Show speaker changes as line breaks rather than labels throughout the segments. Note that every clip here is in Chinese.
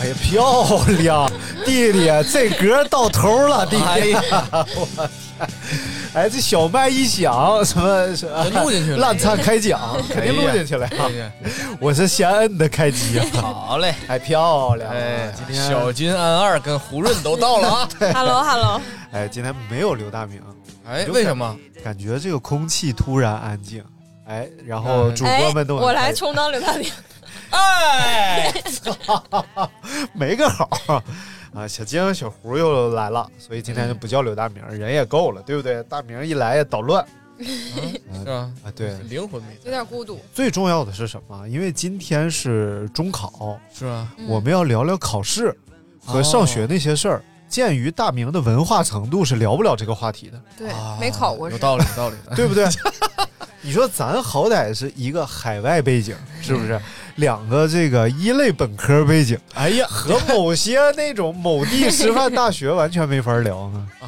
哎呀，漂亮，弟弟，这歌到头了，弟弟。 哎，这小麦一响，什么什么
录进去了
烂灿开讲，肯定录进去了呀。我是先摁的开机啊，
好嘞，
哎，漂亮啊，
哎，今天
小
小金安二跟胡润都到了 啊。
Hello Hello，
哎，今天没有刘大明，
哎，为什么？
感觉这个空气突然安静。哎，然后主
哎
播们都，很
我来
开心
充当刘大明。
哎，
没个好啊啊！小金和小胡又来了，所以今天就不叫刘大明，人也够了，对不对？大明一来也捣乱
是吧？
啊！对，
灵魂没
有点孤独，
最重要的是什么？因为今天是中考，
是吧？
嗯
我们要聊聊考试和上学那些事儿。鉴于大明的文化程度是聊不了这个话题的，
对
啊，
没考过
有
试，
道理，有道理。
对不对？你说咱好歹是一个海外背景，是不是？两个这个一类本科背景，
哎 呀
和某些那种某地师范大学完全没法聊呢，
啊，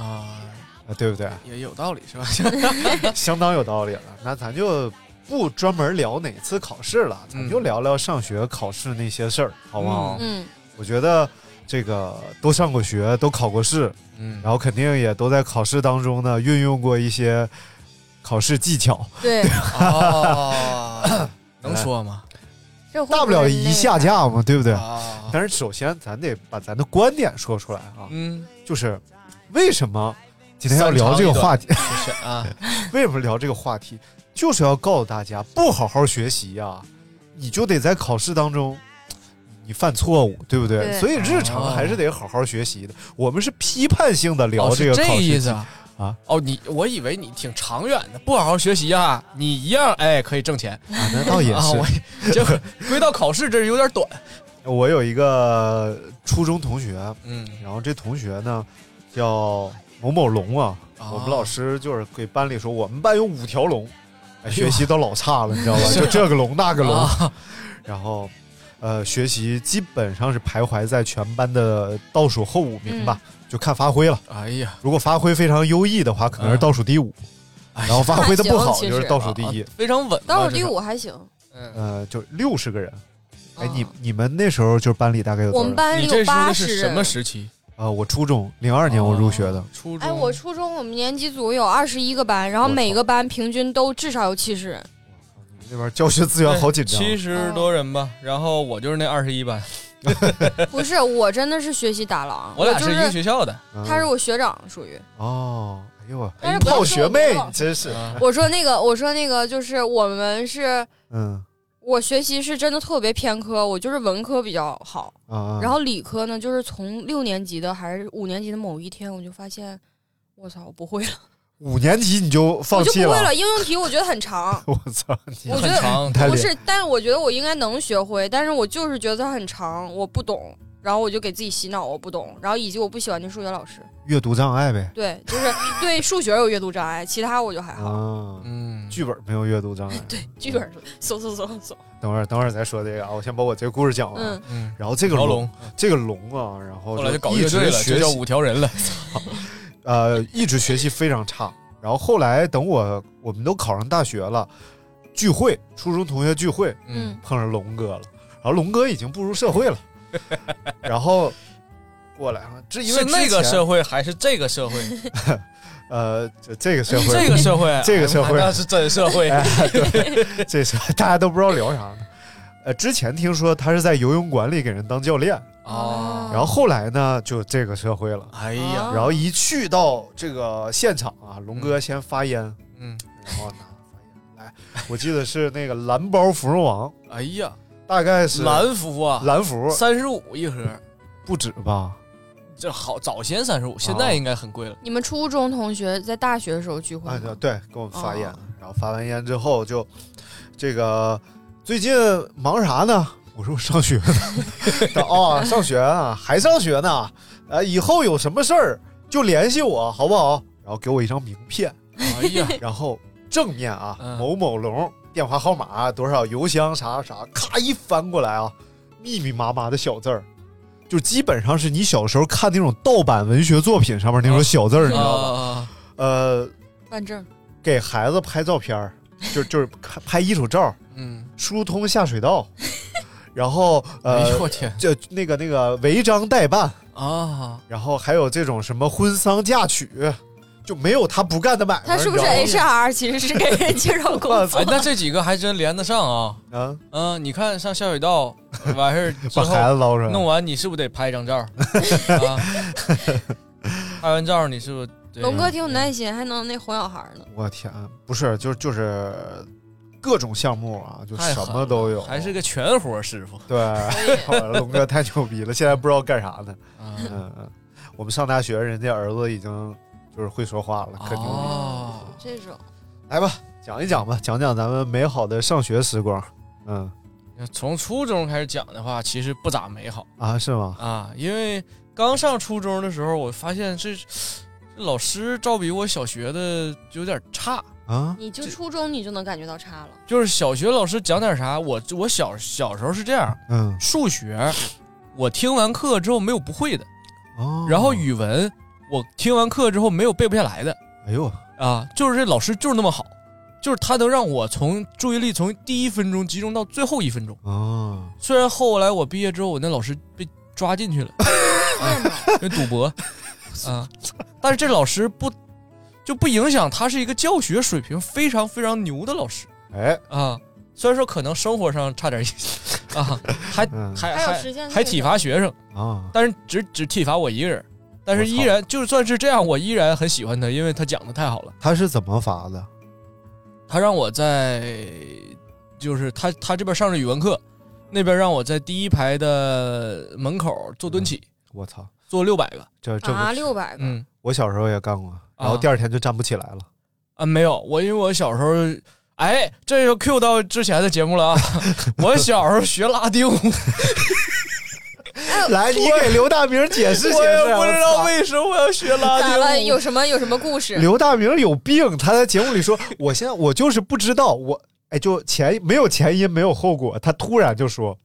啊，对不对？
也有道理是吧？
相当有道理了。那咱就不专门聊哪次考试了，咱就聊聊上学考试那些事儿，好不好？
嗯，
我觉得这个都上过学，都考过试，
嗯，
然后肯定也都在考试当中呢运用过一些考试技巧，
对，
啊
哦，能说吗？
这会
大不了一下架嘛，对不对？
啊，
但是首先咱得把咱的观点说出来啊，
嗯，
就是为什么今天要聊这个话题？
是 啊，
为什么聊这个话题？就是要告诉大家，不好好学习呀、你就得在考试当中你犯错误，对不对？
对
所以日常还是得好好学习的。我们是批判性的聊
哦
这个
是
考
这
试
意思
题
啊
啊。
哦，你我以为你挺长远的，不好好学习啊，你一样哎可以挣钱
啊，那倒也
啊。
是。
我 结果归到考试，这是有点短。
我有一个初中同学，
嗯
然后这同学呢叫某某龙啊，
啊
我们老师就是给班里说，我们班有五条龙，哎学习都老差了，你知道吧？就这个龙那个龙，
啊
然后呃，学习基本上是徘徊在全班的倒数后五
嗯
名吧，就看发挥了。
哎呀，
如果发挥非常优异的话，可能是倒数第五；
哎呀
然后发挥的不好，
还行
就是倒数第一
啊。非常稳啊。
倒数第
这是，
五还行。
嗯，
呃，就六十个人。哎，
啊
你你们那时候就是班里大概有多
我
少
们
人？
班里
你这
哎有八
说的
十
是什么
人。
时期？
呃，我初中零二年我入学的
哦，初中。
哎，我初中我们年级组有二十一个班，然后
我操
每个班平均都至少有七 十人。
那边教学资源呃好紧张。啊
七十多人吧，
嗯
然后我就是那二十一班，
不是，我真的是学习打狼，
我俩
就是
一个学校的。
嗯
他是我学长，属于。
哦，哎呦我
但是不要
泡
说
学
我
妹，
老
你真是，
啊
我说那个，我说那个，就是我们是
嗯
我学习是真的特别偏科，我就是文科比较好，
啊啊，
然后理科呢，就是从六年级的还是五年级的某一天，我就发现，我操，我不会了，
五年级你就
我
放
就不
弃，
会了。应用题我觉得很 长
我操，你
我觉
很
得
长
太
不
厉害
是，但我觉得我应该能学会，但是我就是觉得它很长，我不懂，然后我就给自己洗脑，我不懂，然后以及我不喜欢那数学老师，
阅读障碍呗。
对，就是 对数学有阅读障碍，其他我就还好。
啊，
嗯，
剧本没有阅读障碍。
对，剧本搜搜搜搜，
等会儿等会儿再说这个啊，我先把我这个故事讲完。
嗯，
嗯，
然后这个
条
龙，
龙，
这个龙啊，然后
后来就搞
一
乐队
直
了，就
学
叫
习
五条人 了。
呃，一直学习非常差。然后后来等我我们都考上大学了，聚会，初中同学聚会
嗯
碰上龙哥了。然后龙哥已经步入社会 了，然后过来啊，这因为
是那
之
个
前
社会还是这个社会？
呃，这这个社会，
这 个社会，啊
这个社会
那是真社会。
哎对，这是大家都不知道聊啥呢。呃，之前听说他是在游泳馆里给人当教练
哦，
然后后来呢，就这个社会了。
哎呀，
哦
然后一去到这个现场啊，龙哥先发烟，
嗯，
然后拿发烟来，我记得是那个蓝包芙蓉王，
哎呀，
大概是
蓝福啊，
蓝福
三十五一盒，
不止吧？
这好早先三十五，现
哦
在应该很贵 了。
你们初中同学在大学的时候聚
嗯
会
啊，
吗？
对，给我们发烟，
哦
然后发完烟之后就这个最近忙啥呢？我说我上学呢， 他哦，上学啊，还上学呢，呃，以后有什么事儿就联系我，好不好？然后给我一张名片，
哎呀，
然后正面啊，某某龙电话号码啊多少，邮箱啥啥，咔一翻过来啊，密密麻麻的小字儿，就基本上是你小时候看那种盗版文学作品上面那种小字儿，你知道吧？
啊，
呃，
办证，
给孩子拍照片儿，就就是拍拍艺术照，
嗯，
疏通下水道，然后
哎
呃
呦我天，
就那个那个违章代办，
啊，
然后还有这种什么婚丧嫁娶，就没有他不干的买卖。
他是不是
你知道吗
HR？其实是给 人介绍工
哎
作，，
那这几个还真连得上啊。
啊，
嗯，你看上下水道 完事儿之
把孩
后，
子捞出来，
弄完你是不是得拍一张照？ 啊，拍完照你是不是得？
龙哥挺有耐心，还能那哄小孩呢。
我天，啊不是，就就是各种项目啊，就
太
什
狠
么都有。
还是个全活师傅
对，好了 龙哥太牛逼了，现在不知道干啥呢。
啊。
嗯，嗯，我们上大学，人家儿子已经就是会说话了，可牛逼了。
哦，
这种
来吧，讲一讲吧，讲讲咱们美好的上学时光。嗯
从初中开始讲的话，其实不咋美好
啊，是吗？
啊，因为刚上初中的时候，我发现这这老师照比我小学的有点差，
啊，
你就初中你就能感觉到差了，
就是小学老师讲点啥，我我小小时候是这样，
嗯，
数学我听完课之后没有不会的，
哦，
然后语文我听完课之后没有背不下来的
哎呦，
啊，就是这老师就是那么好，就是他能让我从注意力从第一分钟集中到最后一分钟。
哦，
虽然后来我毕业之后，我那老师被抓进去了，啊、因为赌博啊，但是这老师不就不影响他是一个教学水平非常非常牛的老师
哎，
啊。虽然说可能生活上差点意思啊，还
嗯
还
还有
还
实践
还体罚学生，
啊，
但是只只体罚我一个人，但是依然就算是这样，我依然很喜欢他，因为他讲的太好了。
他是怎么罚的？
他让我在，就是他他这边上着语文课，那边让我在第一排的门口做蹲起，
我操，
做六百个。
这这
啊，
不止，
六百个，
嗯
我小时候也干过，然后第二天就站不起来了。
啊，没有我，因为我小时候，哎，这就 Q 到之前的节目了啊。我小时候学拉丁舞，
来，你给刘大明解释解释。啊
我也不知道
我操
为什么我要学拉
咋了？
丁舞嗯
有。什么有什么故事？
刘大明有病，他在节目里说，我现在我就是不知道，我哎，就前没有前因没有后果，他突然就说，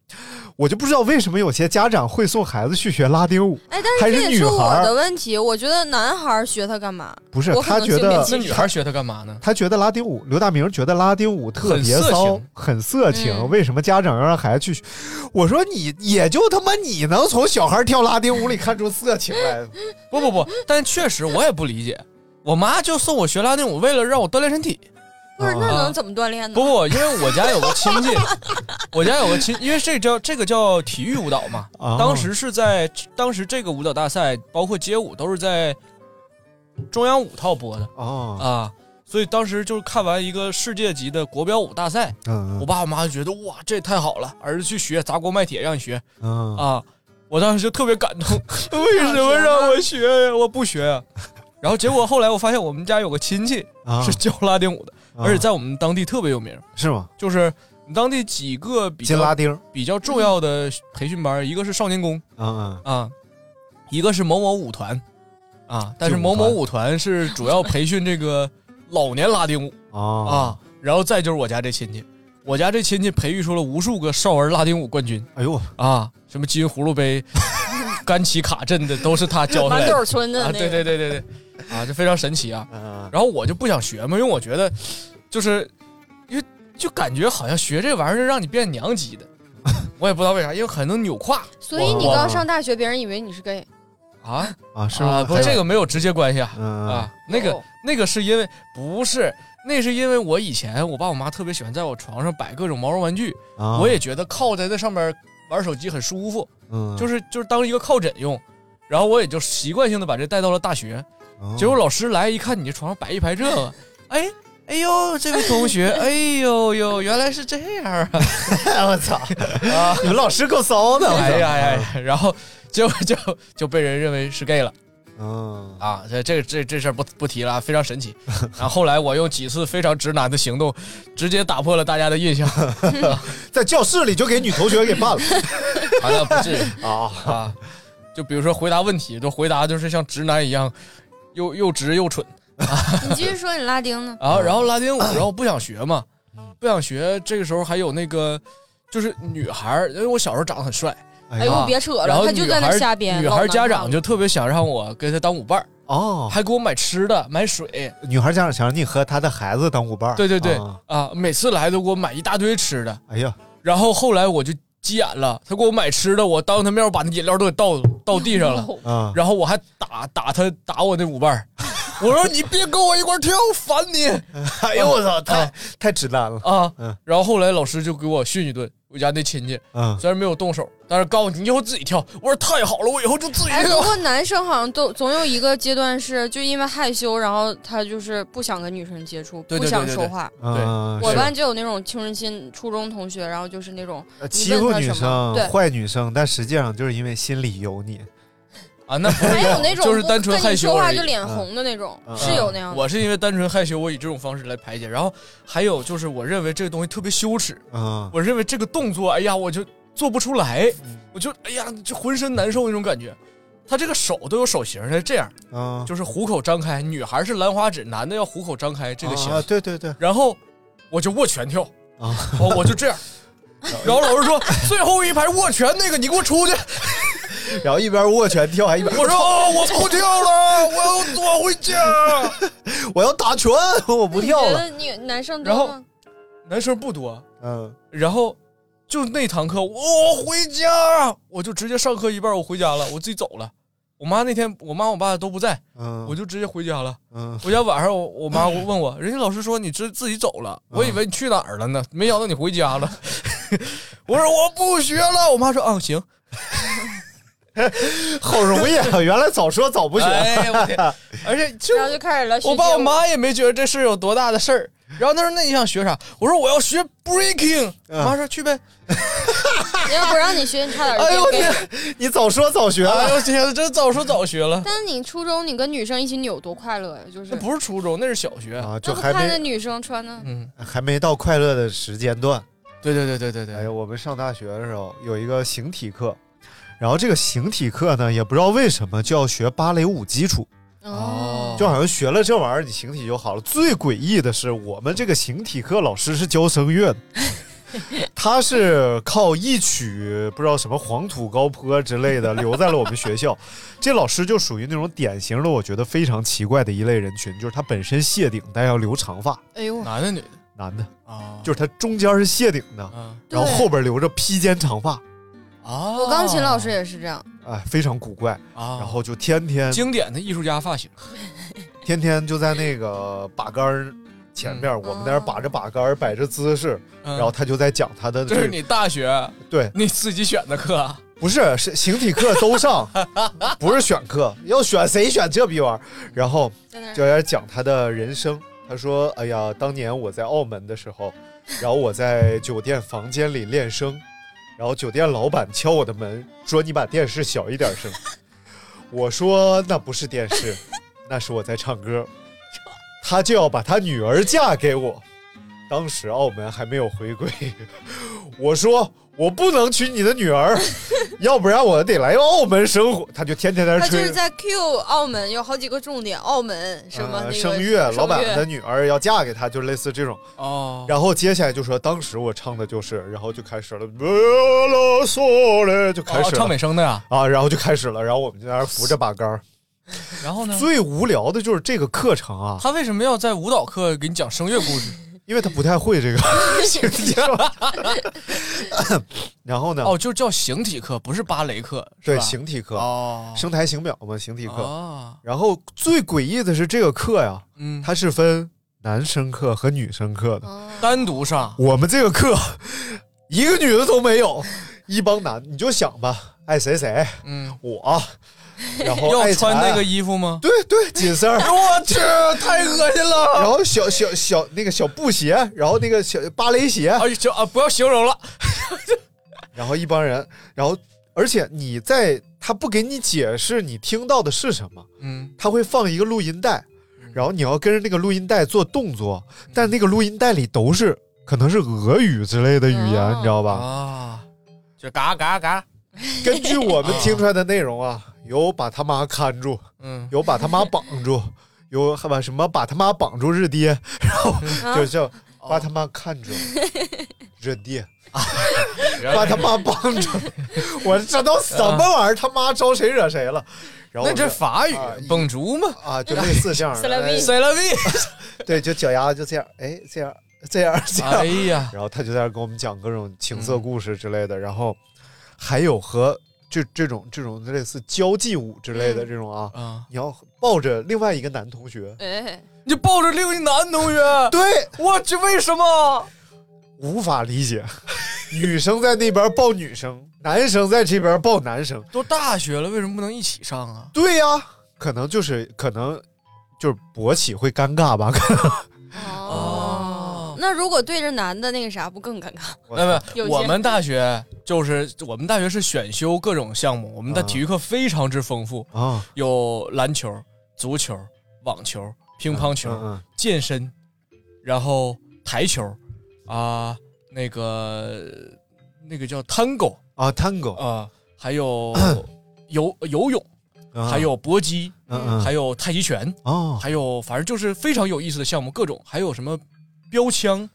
我就不知道为什么有些家长会送孩子去学拉丁舞，
哎，但
还
是
是
这也
女
是我
孩儿
的问题，我觉得男孩儿学它干嘛？
不是
我可
他
能
觉
性别
得
歧
那女孩学它干嘛呢？
他觉得拉丁舞，刘大明觉得拉丁舞特别骚，很色情。
嗯
为什么家长要让孩子去学？我说你也就他妈你能从小孩跳拉丁舞里看出色情来，
不不不，但确实我也不理解。我妈就送我学拉丁舞，为了让我锻炼身体。
不是，那
啊
能怎么锻炼呢？
不不，因为我家有个亲戚， 我家有个亲，因为这叫这个叫体育舞蹈嘛。
哦
当时是在当时这个舞蹈大赛，包括街舞，都是在中央五套播的
哦，
啊。所以当时就是看完一个世界级的国标舞大赛，
嗯
我爸我妈就觉得哇，这也太好了，儿子去学砸锅卖铁让你学
嗯
啊！我当时就特别感动，为什么让我学呀？我不学呀！然后结果后来我发现我们家有个亲戚
啊
是教拉丁舞的，
啊
而且在我们当地特别有名。
是吗？
就是你当地几个比
进拉
较
丁，
比较重要的培训班，一个是少年宫
嗯
啊，一个是某某舞团啊，但是某某舞团是主要培训这个老年拉丁舞
嗯啊
啊，然后再就是我家这亲戚，我家这亲戚培育出了无数个少儿拉丁舞冠军
哎呦，
啊，什么金葫芦杯、甘旗卡镇的都是他教出
满
来的
斗村的
啊，
那
对对
个，
对对对，啊，这非常神奇啊，
嗯
然后我就不想学嘛，因为我觉得，就是因为就感觉好像学这玩意儿是让你变娘级 的，我也不知道为啥，因为可能扭胯
所以你
哇
刚上 大学，别人以为你是 gay，
啊
啊是
啊，
吗？
不，这个没有直接关系啊
嗯
啊，那个
哦
那个是因为不是，那是因为我以前我爸我妈特别喜欢在我床上摆各种毛绒玩具，
啊
我也觉得靠在那上面玩手机很舒服，
嗯
就是就是当一个靠枕用。然后我也就习惯性的把这带到了大学，
嗯
结果老师来一看，你这床上摆一排这个，哎哎呦，这位同学，哎呦呦，原来是这样啊！
我操
啊，
你们老师够骚的，我操
哎呀哎呀，然后结果就就被人认为是 gay 了。
嗯
啊，这这这这事儿不不提了啊，非 常神奇。然后后来我用几次非常直男的行动，直接打破了大家的印象。
在教室里就给女同学给办了，
好像不至于
啊
啊。就比如说回答问题，就回答就是像直男一样，又又直又蠢。
你继续说你拉丁呢？
然
嗯
后然后拉丁舞，然后不想学嘛，不想学。这个时候还有那个，就是女孩儿，因为我小时候长得很帅。
哎呦
啊
别扯了
然后
他就在那
女孩儿
瞎编
女
老
孩儿
难
家
看
长
了
就特别想让我跟她当舞伴儿，
哦，
还给我买吃的、买水。
女孩家长想让你和她的孩子当舞伴儿，
对对对
啊
啊，每次来都给我买一大堆吃的。
哎呀，
然后后来我就急眼了，他给我买吃的，我当着他面我把那饮料都给倒倒地 上了，
哦
啊
然后我还打打他打我那舞伴 儿，我说你别跟我一块儿跳，烦你！
哎呦我操，太
啊
太直男了，
啊
嗯！
然后后来老师就给我训一顿，我家那亲戚
嗯
虽然没有动手，但是告诉你以后自己跳。我说太好了，我以后就自己
哎，不
跳。
过男生好像都总有一个阶段是，就因为害羞，然后他就是不想跟女生接触，
对对对
不想
对对
说话。
对
嗯，
我
是
班就有那种青春期初中同学，然后就是那种
呃
你
欺
问
负
他
女
什么
生、
对，
坏女生，但实际上就是因为心里有你。
啊， 那不是
还有那种
就是
不
单纯
跟
害
你
羞
说话
而已
就。脸红的那种，
嗯
是有那样的。
我是因为单纯害羞，我以这种方式来排解。然后还有就是，我认为这个东西特别羞耻，
嗯，
我认为这个动作，哎呀，我就做不出来，我就哎呀，就浑身难受那种感觉。他这个手都有手型儿，他是这样，
嗯，
就是虎口张开，女孩是兰花指，男的要虎口张开这个型。
啊，对对对，
然后我就握拳跳，
啊，
哦，我就这样。然后老 师说最后一排握拳那个你给我出去，
然后一边握拳跳，还一边
我说哦我不跳了，我要躲回家。
我要打拳，我 不
你
跳
觉
了。
得你男生
然后
多吗？
男生不多，
嗯，
然后就那堂课，我回家，我就直接上课一半，我回家了，我自己走了。我妈那天，我妈我爸都不在，
嗯，
我就直接回家了。
嗯
我家晚上我，我妈问我，人家老师说你这自己走
啊
了，我以为你去哪儿了呢，没想到你回 家了。我说我不学了，我妈说啊行，
好容易啊！原来早说早不学。
哎我天，而且就
然后就开始了学街舞。
我爸我妈也没觉得这事儿有多大的事儿。然后她说那你想学啥？我说我要学 breaking，我
嗯
妈说去呗。
要不 让你学，你差点
哎呦
就
我
变 gay 了。
天，你早说早学
哎
了。
呦天，这早说早学了。
但是你初中你跟女生一起扭多快乐呀，就是
那不是初中，那是小学。
啊，
那
就
不
还
看着
没
女生穿的，
嗯，
还没到快乐的时间段。
对对对对对对。
哎呀，我们上大学的时候有一个形体课，然后这个形体课呢，也不知道为什么就要学芭蕾舞基础，
嗯
哦，
就好像学了这玩意儿，你形体就好了。最诡异的是，我们这个形体课老师是教声乐 的，他是靠一曲不知道什么黄土高坡之类的留在了我们学校。这老师就属于那种典型的，我觉得非常奇怪的一类人群，就是他本身谢顶，但要留长发，
哎呦，
男的女的
男的，
啊
就是他中间是谢顶的，
啊
然后后边留着披肩长发，
啊！
我钢琴老师也是这样，
哎，非常古怪。
啊，
然后就天天
经典的艺术家发型，
天天就在那个把杆儿前面，
嗯
我们在那儿把着把杆儿摆着姿势，
然
然后他就在讲他的
嗯 这是你大学
对，
你自己选的课啊，
不是是形体课都 上，不是选课，要选谁选这逼玩意儿，然后
在那儿
就在那儿讲他的人生。他说：“哎呀，当年我在澳门的时 候，然后我在酒店房间里练声，然后酒店老板敲我的门，说你把电视小一点声。我说那不是电视，那是我在唱歌。他就要把他女儿嫁给我，当时澳门还没有回归。我说我不能娶你的女 儿，要不然我得来澳门生活。他就天天在那
他
儿
就是
吹。”
在 Q 澳门，有好几个重点，澳门什
嗯
么那
呃
个
声乐老板的
声乐
女儿要嫁给他，就类似这种。
哦，
然后接下来就说，当时我唱的就是，然后就开始了，啦嗦嘞，就开
哦
始
唱
了
美声的呀，
啊，然后就开始了，然后我们就在那儿扶着把杆儿。
然后呢？
最无聊的就是这个课程啊，
他为什么要在舞蹈课给你讲声乐故事？
因为他不太会这 个 形体课。 然后呢？
哦，就叫形体课，不是芭蕾课，是
啊对，
吧
形体课，
哦，
声台形表嘛，形体课。
哦
然后最诡异的是这个课呀，
嗯
它是分男生课和女生课的。
单独上，
我们这个课一个女的都没有，一帮男，你就想吧，爱谁谁，
嗯，
我，然 后
要
爱
穿
柴
那个衣服吗？哎
对对，紧身 儿，
我去，太恶心了！
然后小小小那个小布鞋，然后那个小芭蕾鞋，
哎，就啊，不要形容了，
然后一帮人，然后而且你在他不给你解释你听到的是什么，
嗯，
他会放一个录音带，然后你要跟着那个录音带做动作，
嗯
但那个录音带里都是可能是俄语之类的语言，你知道吧？
啊，就嘎嘎嘎，
根据我们听出来的内容啊，有把他妈看住，
嗯，
有把他妈绑住，有还把什么把他妈绑住日爹，然后就叫把他妈看住日爹。 把他妈帮着，我这都什么玩意儿？他妈招谁惹谁了？然后我
那这
说
法语
啊一
蹦竹吗？
啊，就类似这样的，哎
塞拉维，
对，就脚丫就这样，哎，这样，这样，这样。
哎呀，
然后他就在那儿给我们讲各种情
嗯
色故事之类的，然后还有和这这种这种类似交际舞之类的这种啊，
啊，
你要抱着另外一个男同学，
哎，
你抱着另一男同学，
对，
我去，为什么？
无法理解，女生在那边抱女生，男生在这边抱男生，
都大学了，为什么不能一起上啊？
对呀、可能就是可能就是勃起会尴尬吧，可能
哦，那如果对着男的那个啥，不更尴尬？
我
没有
有
没有，
些
我们大学就是我们大学是选修各种项目，我们的
啊
体育课非常之丰富，
啊，
有篮球、足球、网球、乒乓球、
嗯嗯
健身，然后台球，啊、那个那个叫 tango
啊，tango，
啊、还 有游游泳，
啊
还有搏击，
嗯嗯
还有太极拳，
哦，
还有反正就是非常有意思的项目，各种还有什么标枪，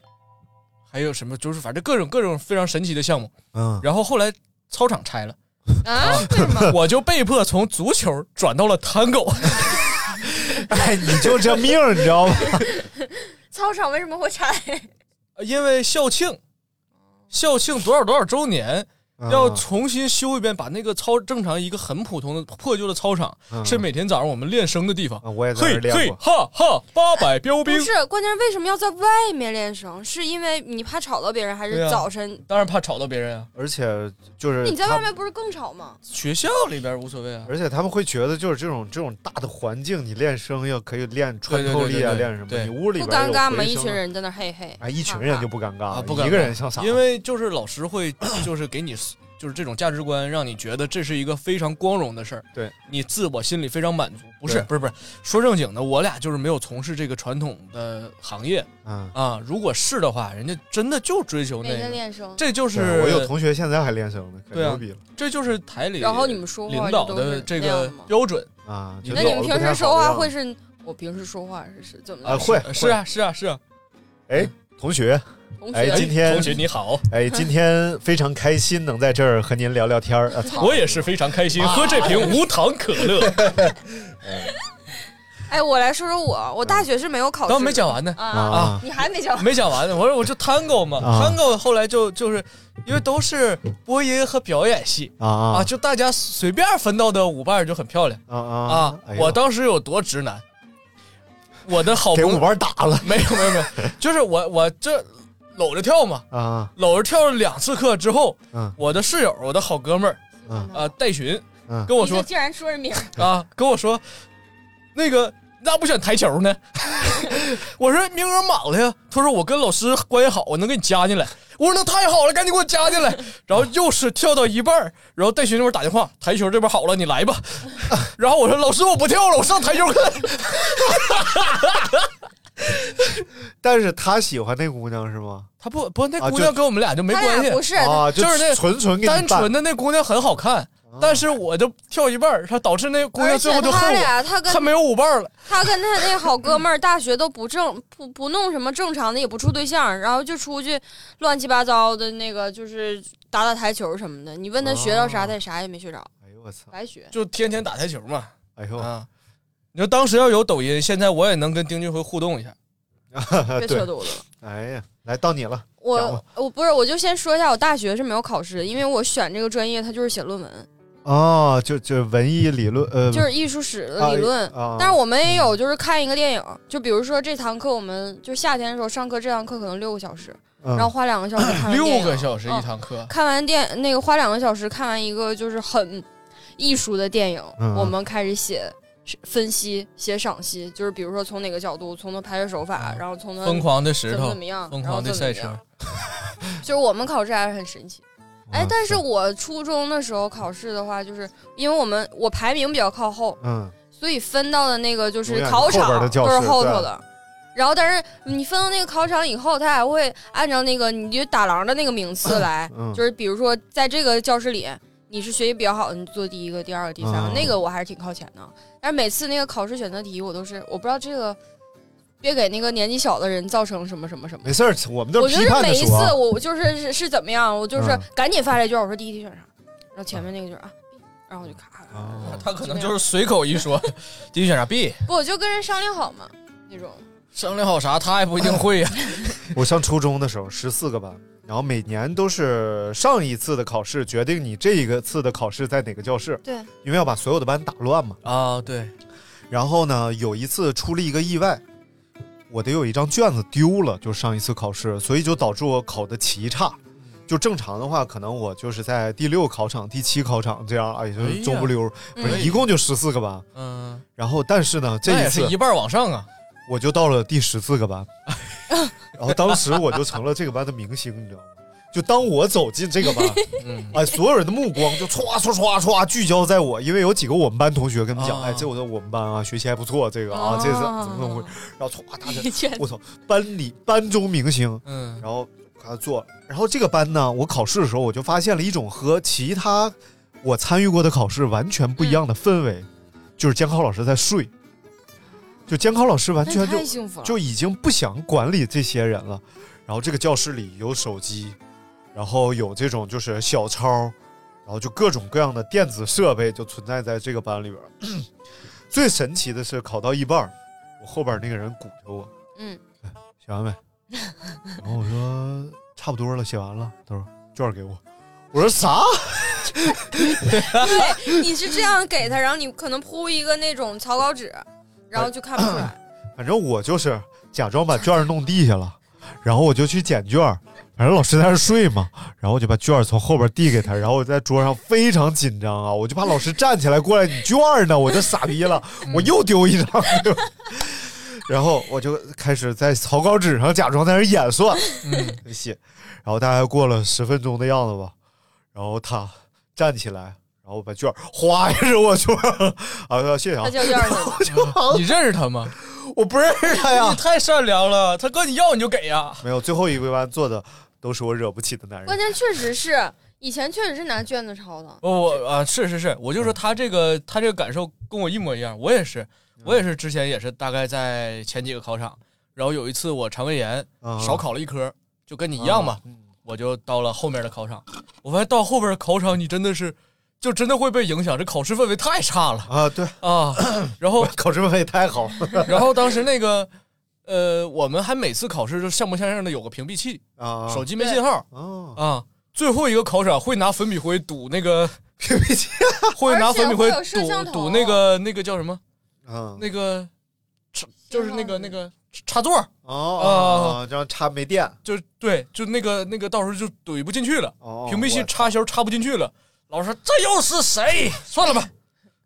还有什么就是反正各种各种非常神奇的项目。
嗯，
然后后来操场拆了，
啊？为什么？
我就被迫从足球转到了 tango。
哎，你就这命儿，你知道吗？
操场为什么会拆？
因为校庆，校庆多少多少周年，
啊
要
嗯
重新修一遍，把那个操正常一个很普通的破旧的操场，
嗯
是每天早上我们练声的地方
啊，。我也在这
嘿
儿练
嘿
过，
哈哈，八百标兵
不，是，关键是为什么要在外面练声？是因为你怕吵到别人，还
对
是
啊
早晨？
当然怕吵到别人啊。
而且就是
你在
他
外面不是更吵吗？
学校里边无所谓啊，
而且他们会觉得，就是这种这种大的环境，你练声要可以练穿透力啊，
对对对对对
练什么？
对
你屋里
不
边
尴尬
有
吗？
回声啊
一群，人在那儿嘿嘿，
哎，一群人就
哈
不尴尬
啊
了，
不尴尬
一个人像傻子，
因为就是老师会就是给你 就是这种价值观，让你觉得这是一个非常光荣的事儿。
对，
你自我心里非常满足。不是
对
不是不是，说正经的，我俩就是没有从事这个传统的行业
嗯，
啊。如果是的话，人家真的就追求
哈
那
每天
个。
练声。
这就是
对我有同学现在还练声呢，可
对啊
牛逼了
这就是台里
然后你们说话
领
就
导
都
的
是
这
那样
个
的吗
标准
啊！
那
就
那
老了不
你们平
太
时说
好的
话
样
会
子
是？我平时说话是是怎么
啊
了？
会
呃是啊是啊是啊。
哎，同学，
同
哎
学
今天
同学你好，
哎，今天非常开心能在这儿和您聊聊天儿。啊操
我也是非常开心，
啊
喝这瓶无糖可乐。
哎，我来说说我，我大学是没有考试
刚
的，
没讲完呢，
啊，
啊
你还没讲完，
没讲完呢。我说我就 tango 嘛、
啊
t a n g o 后来就就是因为都是播音和表演系
啊
啊
啊
就大家随便分到的舞伴儿就很漂亮
啊
啊
啊哎呦
我当时有多直男，我的好
给
朋
舞
友
伴打了
没有没有没有， 就是我我这搂着跳嘛，
啊
搂着跳了两次课之后，
嗯
我的室友我的好哥们儿
嗯
啊、呃戴群
嗯
跟我说
你竟然说人名儿，
啊，跟我说，那个你咋不选台球呢？ 我说名额满了呀。他说我跟老师关系好，我能给你加进来。我说那太好了，赶紧给我加进来。然后又是跳到一半儿，然后戴群那边打电话，台球这边好了，你来吧。 然后我说老师我不跳了，我上台球课。
但是他喜欢那姑娘是吗？
他不不，那
啊
姑
就
娘跟我们俩就没
他
关
俩
系。
不是，
啊，
就是那
纯纯给你
单
办
纯的那姑娘很好看，但是我就跳一半儿，她导致那姑娘
而
最
且
后就
啊他
恨我，
俩他跟
她没有舞伴儿了。
他跟他那好哥们儿大学都不正不不弄什么正常的，也不处对象，然后就出去乱七八糟的那个，就是打打台球什么的。你问他学到
哦
啥，他也啥也没学着，
哎呦我操！
白学。
就天天打台球嘛。
哎呦，
啊，你说当时要有抖音，现在我也能跟丁俊晖互动一下。
别扯犊子
啊
了，
哎呀，来到你了，讲吧
我我不是，我就先说一下，我大学是没有考试的，因为我选这个专业，它就是写论文，
哦，就就文艺理论，呃，
嗯
就是艺术史的理论。
啊啊
但是我们也有，就是看一个电影，就比如说这堂课，我们就夏天的时候上课，这堂课可能六个小时，
嗯
然后花两个小时看完电
六
影。
个小时一
嗯
堂课，
看完电那个花两个小时看完一个就是很艺术的电影，
嗯
我们开始写是分析、写赏析，就是比如说从哪个角度，从它拍摄手
嗯
法，然后从它
疯狂的石
怎么
头，
怎么样，
疯
然后
狂的
怎么啊
赛
怎么
车
样，就是我们考试还是很神
啊
奇。
嗯
哎，但是我初中的时候考试的话，就是因为我们我排名比较靠后，
嗯，
所以分到的那个就
永
是
远是
考
后边
场
的教
都是
室
后头
对
的。然后，但是你分到那个考场以后，他还会按照那个你就打狼的那个名次来，
嗯
就是比如说在这个教室里，你是学习比较好的，你做第一个、第二个、第三个，
嗯
那个我还是挺靠前的。但是每次那个考试选择题，我都是我不知道这个，别给那个年纪小的人造成什么什么什么。
没事儿，我们都
我
是
就
批
是
判的
每一
说
次
啊，
我就是是是怎么样，我就是
嗯
赶紧发这卷，我说第一题选啥，然后前面那个就是啊，然后我就咔，
啊哦
他可能就是随口一 说，第一选啥 B，
不我就跟人商量好嘛那种。
商量好啥他也不一定会 呀。
我上初中的时候，十四个班，然后每年都是上一次的考试决定你这一个次的考试在哪个教室，
对，
因为要把所有的班打乱嘛。
啊，对。
然后呢，有一次出了一个意外，我得有一张卷子丢了，就是上一次考试，所以就导致我考的奇差。就正常的话，可能我就是在第六考场、第七考场这样，哎，就
哎
是
呀
中不溜儿，不是
嗯
一共就十四个班。
嗯，
然后，但是呢，这
那
一
也
次
是一半往上啊。
我就到了第十四个班，然后当时我就成了这个班的明星，你知道吗？就当我走进这个班，啊，所有人的目光就唰唰唰唰聚焦在我，因为有几个我们班同学跟他们讲，哎，这我的我们班啊，学习还不错，这个
哦
啊，这是怎么怎 么回事？然后唰大家，我操，班里班中明星，
嗯，
然后他做，然后这个班呢，我考试的时候我就发现了一种和其他我参与过的考试完全不一样的氛围，就是监考老师在睡，就监考老师完全
那太幸福
就
了
就已经不想管理这些人了，然后这个教室里有手机，然后有这种就是小抄，然后就各种各样的电子设备就存在在这个班里边儿。 最神奇的是考到一半儿，我后边儿那个人鼓着我，
嗯，
写完没？然后我说差不多了，写完了。他说卷儿给我。我说啥？
对，你是这样给他，然后你可能铺一个那种草稿纸，然后就看不出来。
反正我就是假装把卷儿弄地下了，然后我就去捡卷儿。反正老师在那儿睡嘛，然后我就把卷儿从后边递给他，然后我在桌上非常紧张啊，我就怕老师站起来过来，你卷儿呢？我就傻逼了，我又丢一张。 然后我就开始在草稿纸上假装在那儿演算，嗯，写，然后大概过了十分钟的样子吧，然后他站起来，然后把卷儿哗一扔我桌上， 啊，说谢谢啊，
他叫卷儿呢
我就
嗯你认识他吗？
我不认识他呀
你，太善良了，他管你要你就给呀。
没有，最后一个班坐的都是我惹不起的男人
关。键确实是，以前确实是拿卷子抄的。
我我啊，是是是，我就说他这个他这个感受跟我一模一样，我也是，我也是之前也是大概在前几个考场，然后有一次我肠胃炎
啊
少考了一科，就跟你一样吧
啊，
我就到了后面的考场，我发现到后边的考场你真的是就真的会被影响，这考试氛围太差了
啊，对
啊，然后
考试氛围太好，
然后当时那个呃，我们还每次考试就像模像样的有个屏蔽器
啊
手机没信号
哦
啊。最后一个考场会拿粉笔灰堵那个
屏蔽器，
会拿粉笔灰
而且会有摄像
堵
头哦
堵那个那个叫什么？
嗯，
那个插就是那个那个插座儿啊
哦，这样插没电，
就对，就那个那个到时候就怼不进去了，
哦
屏蔽器
我
插销插不进去了。老师说这又是谁？算了吧，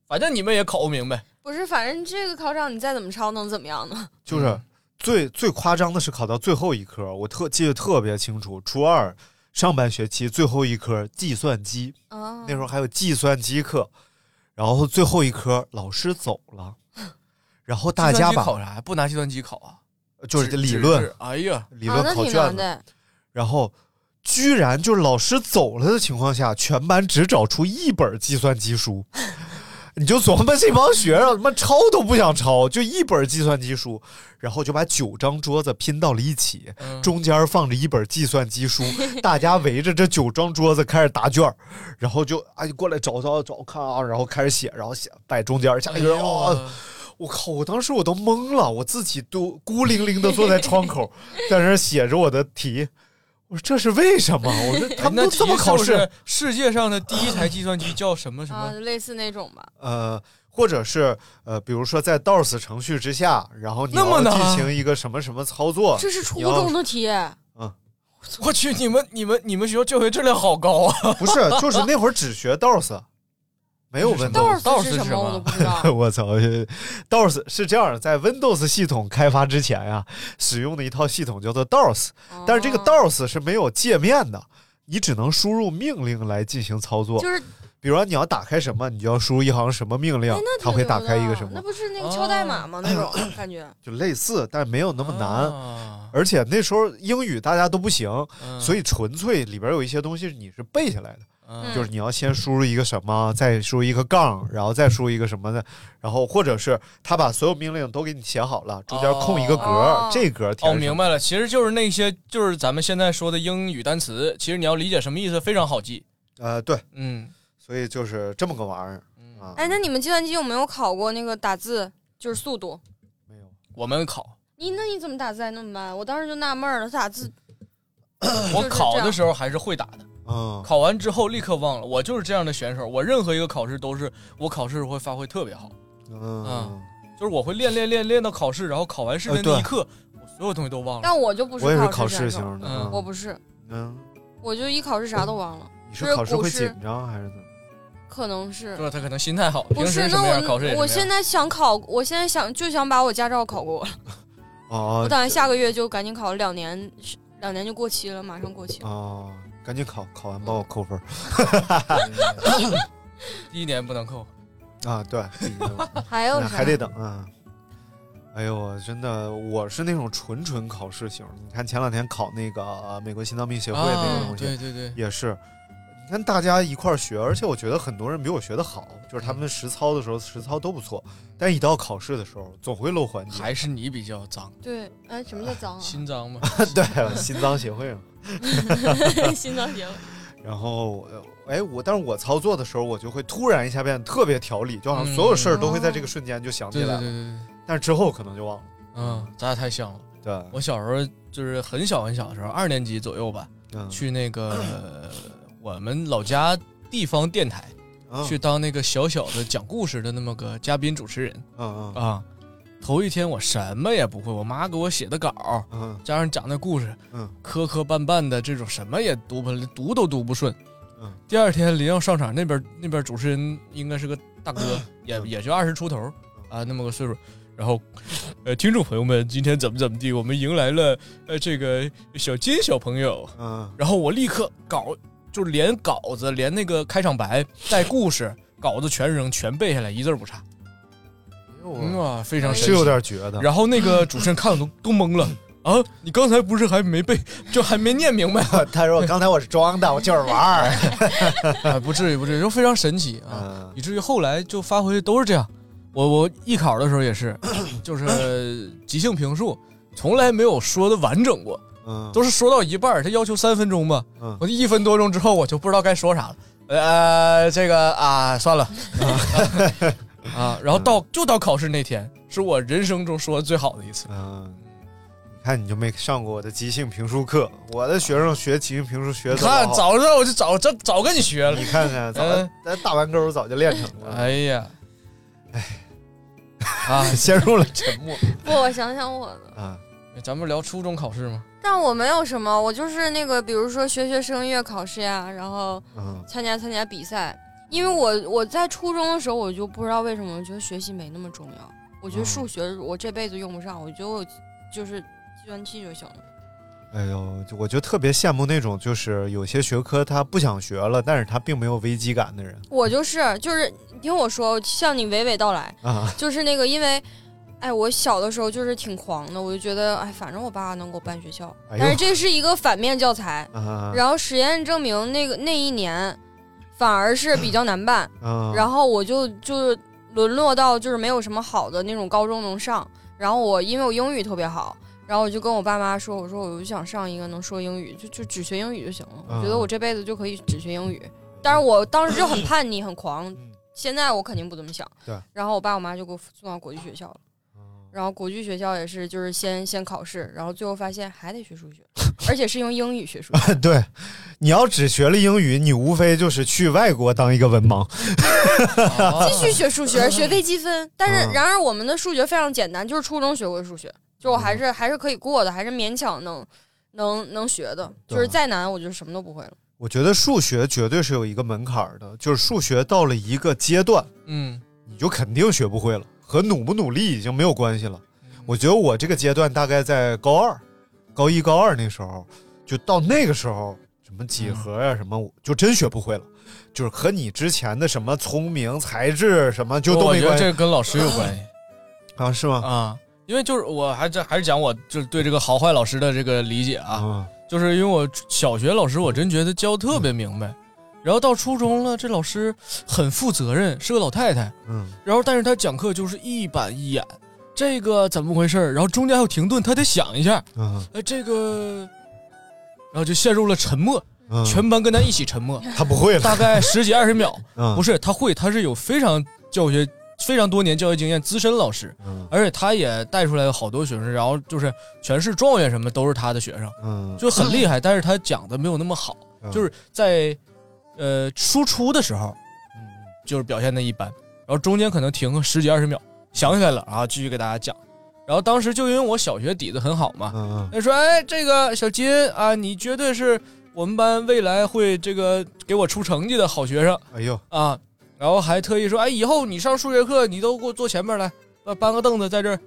反正你们也考不明白。
不是，反正这个考场你再怎么抄能怎么样呢？
就是最最夸张的是考到最后一科，我特记得特别清楚，初二上半学期最后一科计算机，
啊，
那时候还有计算机课，然后最后一科老师走了，然后大家
计算机考
把
啥呀？不拿计算机考啊？
就是
纸
理
纸
论
质哎呀，
理论
啊、那
考
挺
卷
难
子，
的。
然后居然就是老师走了的情况下，全班只找出一本计算机书。 你就琢磨这帮学生他妈抄都不想抄，就一本计算机书，然后就把九张桌子拼到了一起，中间放着一本计算机书，大家围着这九张桌子开始答卷儿然后就哎过来找找找看啊，然后开始写，然后写摆中间，下一个人、
哎呦
哦，我靠！我当时我都懵了，我自己都孤零零的坐在窗 口，在那儿写着我的题。我说这是为什么？我说他们
哎那
都这么
题
考
是不
试。
是世界上的第一台计算机叫什么什么？
啊，类似那种吧。
呃，或者是呃，比如说在 DOS 程序之下，然后你
那么
要
难
进行一个什么什么操作，
这是
哦
初
你要
中的题，
我去，你们你们你们学校教学质量好高啊！
不是，就是那会儿只学 DOS，没有 Windows。
道士是什么我都不知道。
我操！DOS 是这样，在 Windows 系统开发之前呀、使用的一套系统叫做 DOS，但是这个 DOS 是没有界面的，你只能输入命令来进行操作。
就是，
比如说你要打开什么，你就要输入一行什么命令
哎，，那
它会打开一个什么，
那
哦
不是那个敲代码吗？那种感觉。
就类似，但没有那么难。
哦
而且那时候英语大家都不行，
啊嗯
所以纯粹里边有一些东西你是背下来的。
嗯
就是你要先输入一个什么，再输入一个杠，然后再输入一个什么的，然后或者是他把所有命令都给你写好了，中间空一个格儿，
哦
这格儿
哦，
填什么。
明白了，其实就是那些就是咱们现在说的英语单词，其实你要理解什么意思非常好记。
呃，对，
嗯，
所以就是这么个玩意儿啊。
哎，那你们计算机有没有考过那个打字，就是速度？
我们考，
你那你怎么打字还那么慢？我当时就纳闷了，他 打字
我考的时候还是会打的，
嗯，
考完之后立刻忘了。我就是这样的选手，我任何一个考试都是我考试会发挥特别好，
嗯，
就是我会练练练练到考试，然后考完试的
哎对
那一刻，我所有东西都忘了。
但我就不
我也是
考
考
试
试
选
型
手
的
嗯
我不是，
嗯，
我就一考试啥都忘了。
你
就是
考试
古
会
诗
紧张还是怎么？
可能是
就是他可能心态好，
不
平时
是？
什
那
么样考试也
我
什么样
我现在想考，我现在想就想把我驾照考过，
哦
我打算下个月就赶紧考，两年是两年就过期了，马上过期了。
哦，赶紧考，考完帮我扣分儿
第一年不能扣。
啊！对，
还有啥
还得等啊。哎呦，真的，我是那种纯纯考试型。你看前两天考那个呃美国心脏病协会
哦
那个
啊，
东西，
对对对，
也是。你看大家一块儿学，而且我觉得很多人比我学的好，就是他们实操的时候实操都不错，但一到考试的时候总会漏环节。
还是你比较脏，
对，哎，什么叫脏
心脏嘛。
对，心脏协会嘛。
啊？ 心脏行。
然后，呃哎，我但是我操作的时候，我就会突然一下变得特别条理，就好像所有事儿都会在这个瞬间就想起
对
来
对
了，
对对对，
但是之后可能就忘了。
嗯，咱俩太像了。
对，
我小时候就是很小很小的时候，二年级左右吧，
嗯，
去那个、呃我们老家地方电台、
嗯
去，当那个小小的讲故事的那么个嘉宾主持人
嗯嗯
啊。头一天我什么也不会，我妈给我写的稿，
嗯
加上讲的故事，
嗯，
磕磕绊绊的这种什么也读不读都读不顺。
嗯，
第二天临要上场，那边那边主持人应该是个 大哥，也
嗯
也就二十出头啊，那么个岁数。然后，呃，听众朋友们，今天怎么怎么地，我们迎来了呃这个小金小朋友。
嗯
然后我立刻稿，就是连稿子连那个开场白带故事稿子全扔全背下来，一字儿不差。嗯
嗯，
啊，非常神
是
奇
有点绝的。
然后那个主持人看我都都懵 了啊！你刚才不是还没背， 就还没念明白
他说：“刚才我是装的，我就是玩儿。
啊？不至于，不至于，就非常神奇”啊！
嗯
以至于后来就发挥都是这样。我我艺考的时候也是， 就是即兴评述，从来没有说的完整过，
嗯，
都是说到一半儿，他要求三分钟嘛，
嗯
我一分多钟之后我就不知道该说啥了，呃，这个啊，算了啊 啊，然后到就到考试那天，是我人生中说的最好的一次。
嗯，你看你就没上过我的即兴评书课，我的学生学即兴评书学
你
的，
看，早知道我就早这早跟你学了
你。看看，早
嗯
咱大弯钩早就练成了。，
哎呀，哎， 啊
陷入了沉默
不，我想想我的，
啊，
哎咱们聊初中考 试吗？
但我没有什么，我就是那个，比如说学学声乐考试呀，然后
嗯
参加参加比赛。因为我我在初中的时候，我就不知道为什么，我觉得学习没那么重要。我觉得
嗯
数学我这辈子用不上，我觉得我就是计算器就行了。
哎呦，就我就特别羡慕那种就是有些学科他不想学了，但是他并没有危机感的人
我就是就是，你听我说，向你娓娓道来，
啊。
就是那个因为。哎，我小的时候就是挺狂的，我就觉得，哎，反正我爸能给我办学校，
哎呦
但是这是一个反面教材。
啊，
然后实验证明，那个那一年反而是比较难办，
嗯
然后我就就沦落到就是没有什么好的那种高中能上。然后我因为我英语特别好，然后我就跟我爸妈说，我说我就想上一个能说英语，就就只学英语就行了。我觉得
嗯嗯
我这辈子就可以只学英语。但是我当时就很叛逆，很狂，现在我肯定不这么想。
对嗯
然后我爸我妈就给我送到国际学校了。然后国际学校也是，就是先先考试，然后最后发现还得学数学，而且是用英语学数学。
对，你要只学了英语，你无非就是去外国当一个文盲。
继续学数学，学微积分。但是
嗯，
然而我们的数学非常简单，就是初中学过的数学，就我还是还是可以过的，还是勉强能能能学的。
对
就是再难，我就什么都不会了。
我觉得数学绝对是有一个门槛儿的，就是数学到了一个阶段，
嗯，
你就肯定学不会了，和努不努力已经没有关系了。我觉得我这个阶段大概在高二、高一、高二那时候，就到那个时候，什么几何呀、什么，我就真学不会了。就是和你之前的什么聪明才智什么就都
我
没
觉得
关系
这跟老师有关系
啊？是吗？
啊，因为就是我还这还是讲我就是对这个好坏老师的这个理解啊，
嗯
就是因为我小学老师我真觉得教特
嗯
别明白，然后到初中了，这老师很负责任，是个老太太，
嗯，
然后但是她讲课就是一板一眼，这个怎么回事儿然后中间还有停顿，她得想一下，
嗯，
哎这个，然后就陷入了沉默，
嗯
全班跟她一起沉默，
他不会了，
大概十几二十秒，
嗯
不是他会，他是有非常教学非常多年教学经验资深老师，
嗯
而且他也带出来了好多学生，然后就是全市状元什么都是他的学生，
嗯
就很厉害，但是他讲的没有那么好，
嗯
就是在呃输出的时候，
嗯
就是表现的一般，然后中间可能停个十几二十秒，想起来了啊，继续给大家讲。然后当时就因为我小学底子很好
嗯
嘛，他说：“哎，这个小金啊，你绝对是我们班未来会这个给我出成绩的好学生。”
哎呦
啊，然后还特意说：“哎，以后你上数学课，你都给我坐前面来，呃，搬个凳子在这儿。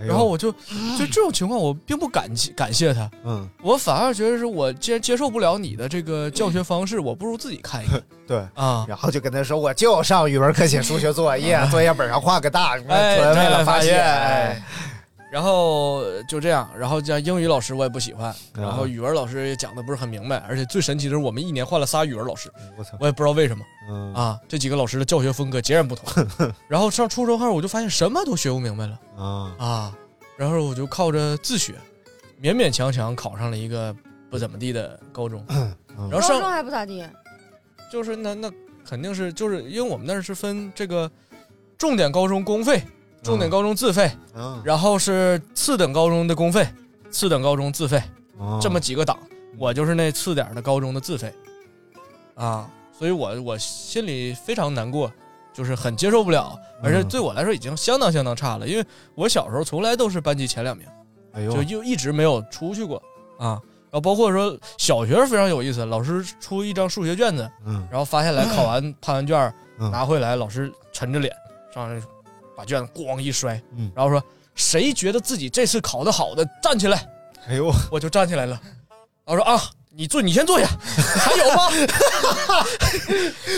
哎呦
然后我就就这种情况，我并不感激感谢他，
嗯，
我反而觉得是我既然接受不了你的这个教学方式，我不如自己看一看。
对
啊，
然后就跟他说，我就上语文课写数学作业，作业本上画个大，你
哎，
们纯为了发泄，哎
哎。然后就这样，然后像英语老师我也不喜
啊
欢，然后语文老师也讲的不是很明白，而且最神奇的是，我们一年换了仨语文老师，
哎我操，
我也不知道为什么
嗯
啊，这几个老师的教学风格截然不同。 然后上初中后，我就发现什么都学不明白了
啊
啊，然后我就靠着自学，勉勉强强考上了一个不怎么地的高中，
嗯
然后
高
上
中还不咋地，
就是那那肯定是就是因为我们那儿是分这个重点高中公费、重点高中自费，
嗯
然后是次等高中的公费、次等高中自费，
哦
这么几个档，我就是那次点儿的高中的自费，啊，所以我我心里非常难过，就是很接受不了，
嗯
而且对我来说已经相当相当差了，因为我小时候从来都是班级前两名，
哎呦
就又一直没有出去过啊。然后包括说小学非常有意思，老师出一张数学卷子，
嗯
然后发下来考 完判完卷儿
嗯
拿回来，老师沉着脸上来把卷子咣一摔，
嗯
然后说谁觉得自己这次考得好的站起来，
哎呦，
我就站起来了，然后说啊你坐你先 坐下，还有吗？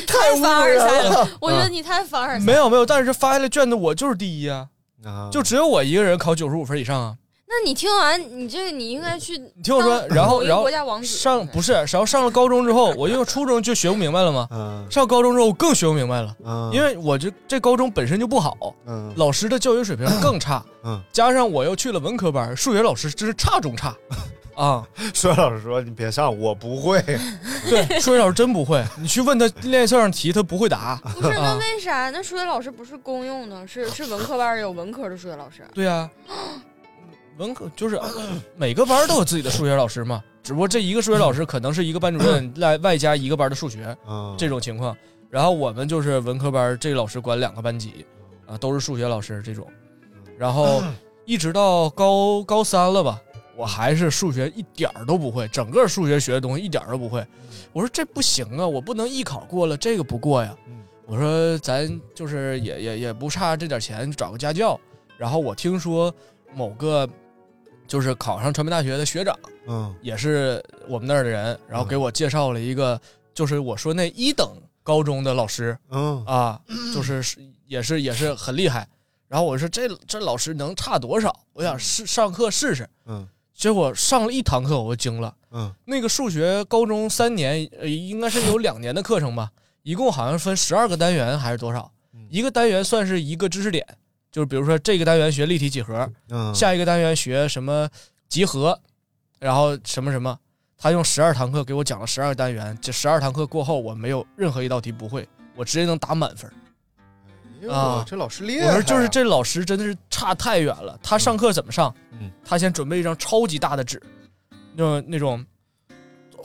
太凡尔赛了。我觉得
啊
你太凡尔赛。
没有没有，但是发下来卷子我就是第一啊，
啊
就只有我一个人考九十五分以上啊。
那你听完你这个，你应该去
你听我说，然后
某一
然
个
后
国家王子
上不是，然后上了高中之 后，我因为初中就学不明白了嘛，
嗯
上高中之后更学不明白了，
嗯，
因为我这这高中本身就不好，
嗯
老师的教学水平更差，
嗯，
加上我又去了文科班，数学老师真是差 中差啊！
说老师说你别上，我不会，
对，数学老师真不会，你去问他练测上题，他不会答。
不是那
啊
为啥？那数学老师不是公用的，是是文科班儿有文科的数学老师。
对啊，文科就是 每个班都有自己的数学老师嘛，只不过这一个数学老师可能是一个班主任外外加一个班的数学
嗯，
这种情况。然后我们就是文科班，这个老师管两个班级，啊，都是数学老师这种。 然后一直到高高三了吧，我还是数学一点儿都不会，整个数学学的东西一点儿都不会。我说这不行啊，我不能艺考过了，这个不过呀。
嗯
我说咱就是也也也不差这点钱，找个家教。然后我听说某个就是考上传媒大学的学长，
嗯
也是我们那儿的人，然后给我介绍了一个，就是我说那一等高中的老师
嗯
啊，就是是也是也是很厉害。然后我说这这老师能差多少？我想试上课试试。
嗯
结果上了一堂课我就惊了，
嗯
那个数学高中三年，呃，应该是有两年的课程吧，一共好像分十二个单元还是多少
嗯？
一个单元算是一个知识点，就是比如说这个单元学立体几何，
嗯，
下一个单元学什么集合，然后什么什么。他用十二堂课给我讲了十二个单元，这十二堂课过后，我没有任何一道题不会，我直接能打满分。
哎呦
啊，
这老师厉害
我
呀
说就是这老师真的是差太远了。他上课怎么上？
嗯，
他先准备一张超级大的纸，那种那种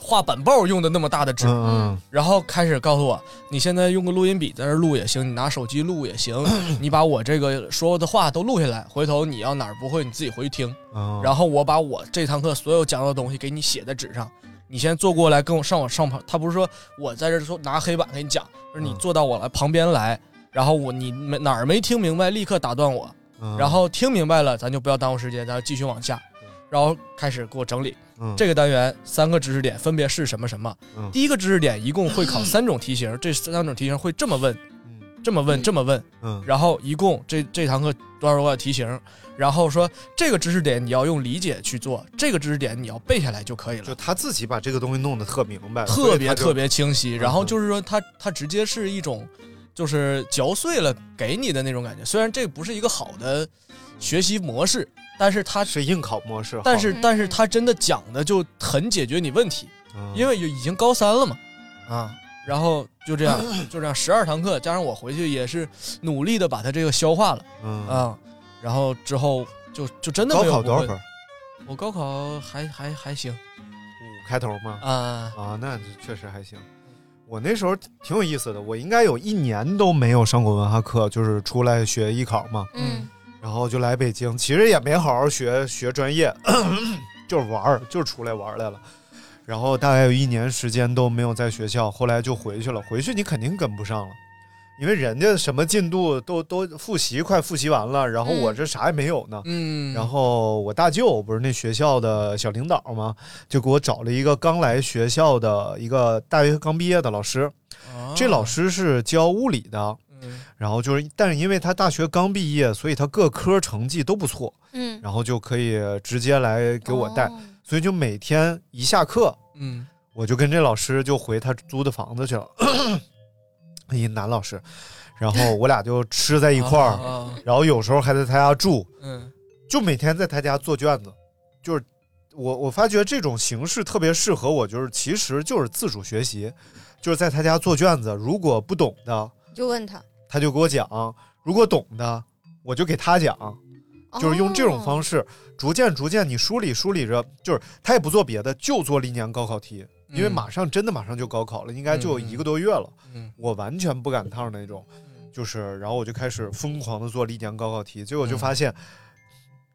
画板报用的那么大的纸，
嗯嗯
然后开始告诉我，你现在用个录音笔在这儿录也行，你拿手机录 也行，你把我这个说的话都录下来，回头你要哪儿不会你自己回去听。
哦
嗯然后我把我这堂课所有讲到的东西给你写在纸上，你先坐过来跟我上我上旁，他不是说我在这儿说拿黑板给你讲，就
嗯
是你坐到我来旁边来，然后我你没哪儿没听明白立刻打断我，
嗯
然后听明白了咱就不要耽误时间，咱就继续往下，然后开始给我整理。
嗯
这个单元三个知识点分别是什么什么？
嗯
第一个知识点一共会考三种题型，这三种题型会这么问，这么问，这么问，
嗯
然后一共这这堂课多少多少题型，然后说这个知识点你要用理解去做，这个知识点你要背下来就可以了。
就他自己把这个东西弄得特明白，所
特
以
别嗯
他就
特别清晰。然后就是说它，它直接是一种，就是嚼碎了给你的那种感觉。虽然这不是一个好的学习模式，但是啊它
是硬考模式
但是
好
但是它真的讲的就很解决你问题，
嗯
因为已经高三了嘛，啊。然后就这样，就这样，十二堂课加上我回去也是努力的把它这个消化了，
嗯
啊，然后之后就就真的
高
没有
考
不
多少
会
分儿？
我高考还还还行，
五开头吗？
啊
啊，那确实还行。我那时候挺有意思的，我应该有一年都没有上过文化课，就是出来学艺考嘛。
嗯，
然后就来北京，其实也没好好学学专业， 就是玩儿，就是出来玩儿来了。然后大概有一年时间都没有在学校，后来就回去了。回去你肯定跟不上了，因为人家什么进度都都复习快复习完了，然后我这啥也没有呢。
嗯
然后我大舅不是那学校的小领导嘛，就给我找了一个刚来学校的一个大学刚毕业的老师。
哦
这老师是教物理的，然后就是，但是因为他大学刚毕业，所以他各科成绩都不错，
嗯哦
然后就可以直接来给我带，所以就每天一下课，
嗯，
我就跟这老师就回他租的房子去了， 一男老师，然后我俩就吃在一块儿，
啊
然后有时候还在他家住，
嗯
就每天在他家做卷子，就是我我发觉这种形式特别适合我，就是其实就是自主学习，就是在他家做卷子，如果不懂的
就问他，
他就给我讲，如果懂的我就给他讲。就是用这
哦
种方式，逐渐逐渐，你梳理梳理着，就是他也不做别的，就做历年高考题，因为
嗯
马上真的马上就高考了，应该就一个多月了，我完全不赶趟那种，
嗯
就是，然后我就开始疯狂的做历年高考题，结果
嗯
就发现，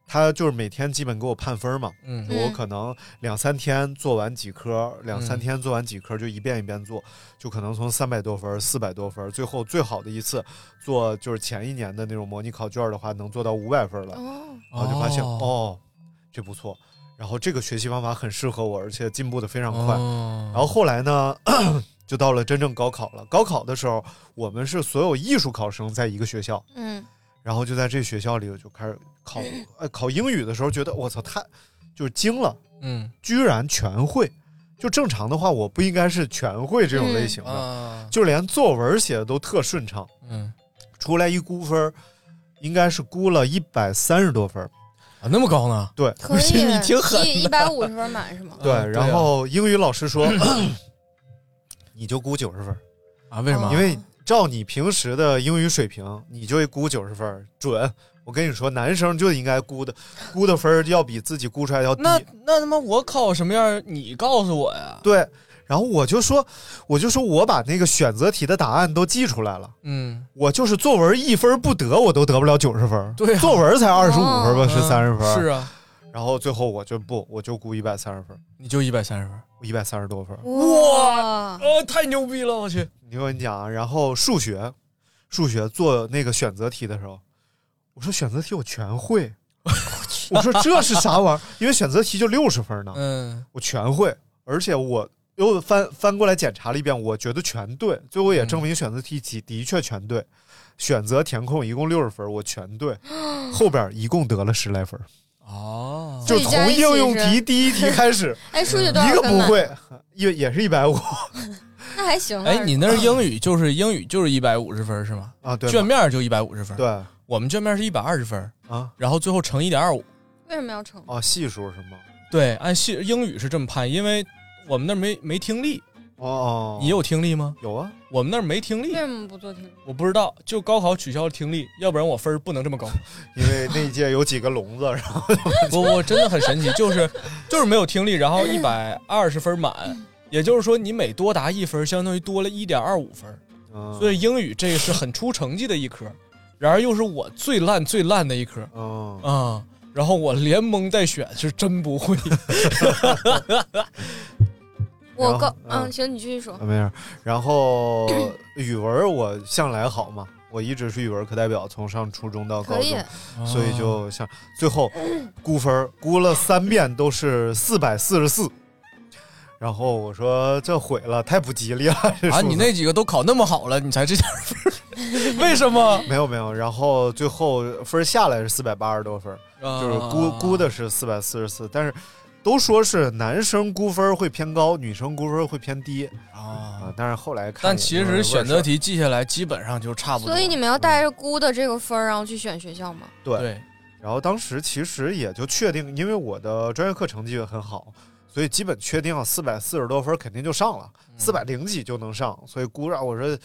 他就是每天基本给我判分嘛，
嗯
我
嗯
可能两三天做完几科，两三
嗯
天做完几科就一遍一遍做，就可能从三百多分、四百多分，最后最好的一次做就是前一年的那种模拟考卷的话，能做到五百分了，然后就发现
哦
哦，这不错。然后这个学习方法很适合我，而且进步的非常快。
哦
然后后来呢， 就到了真正高考了。高考的时候，我们是所有艺术考生在一个学校，
嗯
然后就在这学校里我就开始考，呃，考英语的时候觉得我操，太就是惊了，
嗯，
居然全会。就正常的话，我不应该是全会这种类型的，
嗯啊
就连作文写的都特顺畅。
嗯，
出来一估分儿，应该是估了一百三十多分儿
啊，那么高呢？
对，
可以，啊
你挺狠的
一一百五十分满是吗？，
对，
啊
然后英语老师说， 你就估九十分儿
啊？为什么？
因为照你平时的英语水平，你就估九十分儿准。我跟你说，男生就应该估的，估的分儿要比自己估出来要低。
那那他妈我考什么样儿？你告诉我呀？
对，然后我就说，我就说我把那个选择题的答案都记出来了。
嗯，
我就是作文一分不得，我都得不了九十分儿。
对啊
作文才二十五分吧，
嗯
是三十分儿。
是啊，
然后最后我就不，我就估一百三十分儿，
你就一百三十分儿，
我一百三十多分儿。
哇，呃，太牛逼了，我去，
你跟你讲啊，然后数学，数学做那个选择题的时候，我说选择题我全会，我说这是啥玩意儿？因为选择题就六十分呢，
嗯，
我全会，而且我又翻翻过来检查了一遍，我觉得全对，最后也证明选择题题的确全对，选择填空一共六十分，我全对，后边一共得了十来分，
哦，
就是从应用题第一题开始
哎数学多少
一个
分
不
满
会，也也是一百五。
那还行啊。
哎，你那儿英语就是英语就是一百五十分儿是吗？
啊，对，
卷面儿就一百五十分，
对，
我们卷面儿是一百二十分儿
啊，哦
然后最后乘一点二五，
为什么要乘？
哦，系数是吗？
对，按系英语是这么判，因为我们那儿没没听力，
哦，
你有听力吗？
有啊，
我们那儿没听力
为，什么不做听力？
我不知道，就高考取消了听力，要不然我分儿不能这 么高。
因为那一届有几个聋子，然 后
我我真的很神奇，就是就是没有听力，然后一百二十分满，也就是说你每多答一分，相当于多了一点二五分。
嗯
所以英语这个是很出成绩的一科，然而又是我最烂最烂的一科
嗯
啊、然后我连蒙带选是真不会。
我高
然后
嗯，行，你继续说
啊，。没事。然后语文我向来好嘛，我一直是语文课代表，从上初中到高
可以
中，所以就像最后估分儿估了三遍都是四百四十四。然后我说这毁了，太不吉利了。这
啊，
数字
你那几个都考那么好了，你才这点儿 分儿，为什么？
没有没有，然后最后分儿下来是四百八十多分儿，
啊
就是估估的是四百四十四，但是都说是男生估分儿会偏高，女生估分儿会偏低啊。但是后来看，
哦但其实选择题记下来基本上就差不多。
所以你们要
嗯
带着估的这个分儿，然后去选学校吗？
对
对，
然后当时其实也就确定，因为我的专业课成绩也很好，所以基本确定四百四十多分肯定就上了，
嗯
四百零几就能上。所以估着我说，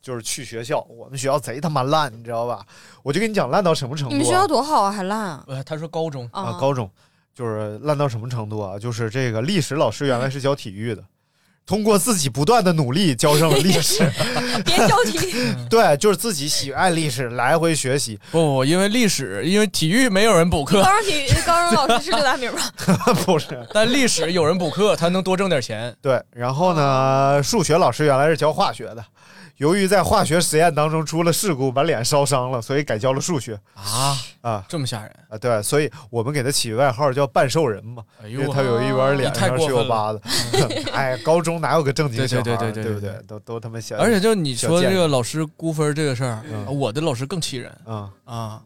就是去学校，我们学校贼他妈烂，你知道吧？我就跟你讲烂到什么程度、啊。
你们学校多好啊，还烂啊！
呃，他说高中
啊，高中就是烂到什么程度啊？就是这个历史老师原来是教体育的，通过自己不断的努力教上了历 史，
别着 急，
对，就是自己喜爱历史，来回学习。
不不，因为历史，因为体育没有人补
高
课，
中体育高中老师是刘大明吧？
不是，
但历史有人补课，他能多挣点钱。
对，然后呢，数学老师原来是教化学的，由于在化学实验当中出了事故，把脸烧伤了，所以改教了数学
啊
啊
这么吓人！
啊，对，所以我们给他起外号叫半兽人嘛，
哎
因
呦
为
我，
他有一边脸
你太
上
过
是
分
有
了
疤的。 哎，高中哪有个正经
对
小
对
孩
对
儿，
对对
不
对
对？都都他妈小，
而且就是你说
小
这
贱
个
人
老师估分这个事儿，
嗯
我的老师更气人，
啊。
啊，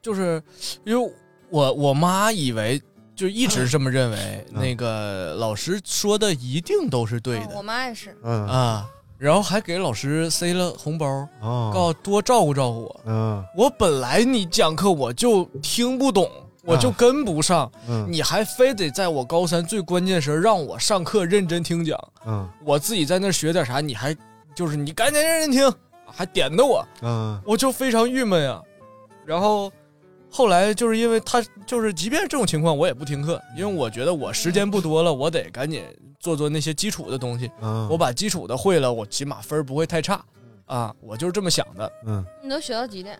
就是因为我我妈以为就一直这么认为，
嗯
那个老师说的一定都是对
我
的
妈也是，
嗯
啊，然后还给老师塞了红包，
哦，
告多照顾照顾我。
嗯
我本来你讲课我就听不懂，我就跟不上，
嗯
你还非得在我高三最关键时候让我上课认真听讲，
嗯
我自己在那儿学点啥，你还就是你赶紧认真听，还点的我。
嗯
我就非常郁闷啊。然后后来就是因为他就是，即便这种情况，我也不听课，因为我觉得我时间不多了，我得赶紧做做那些基础的东西。
嗯，
我把基础的会了，我起码分儿不会太差啊。我就是这么想的
嗯
你都学到几点？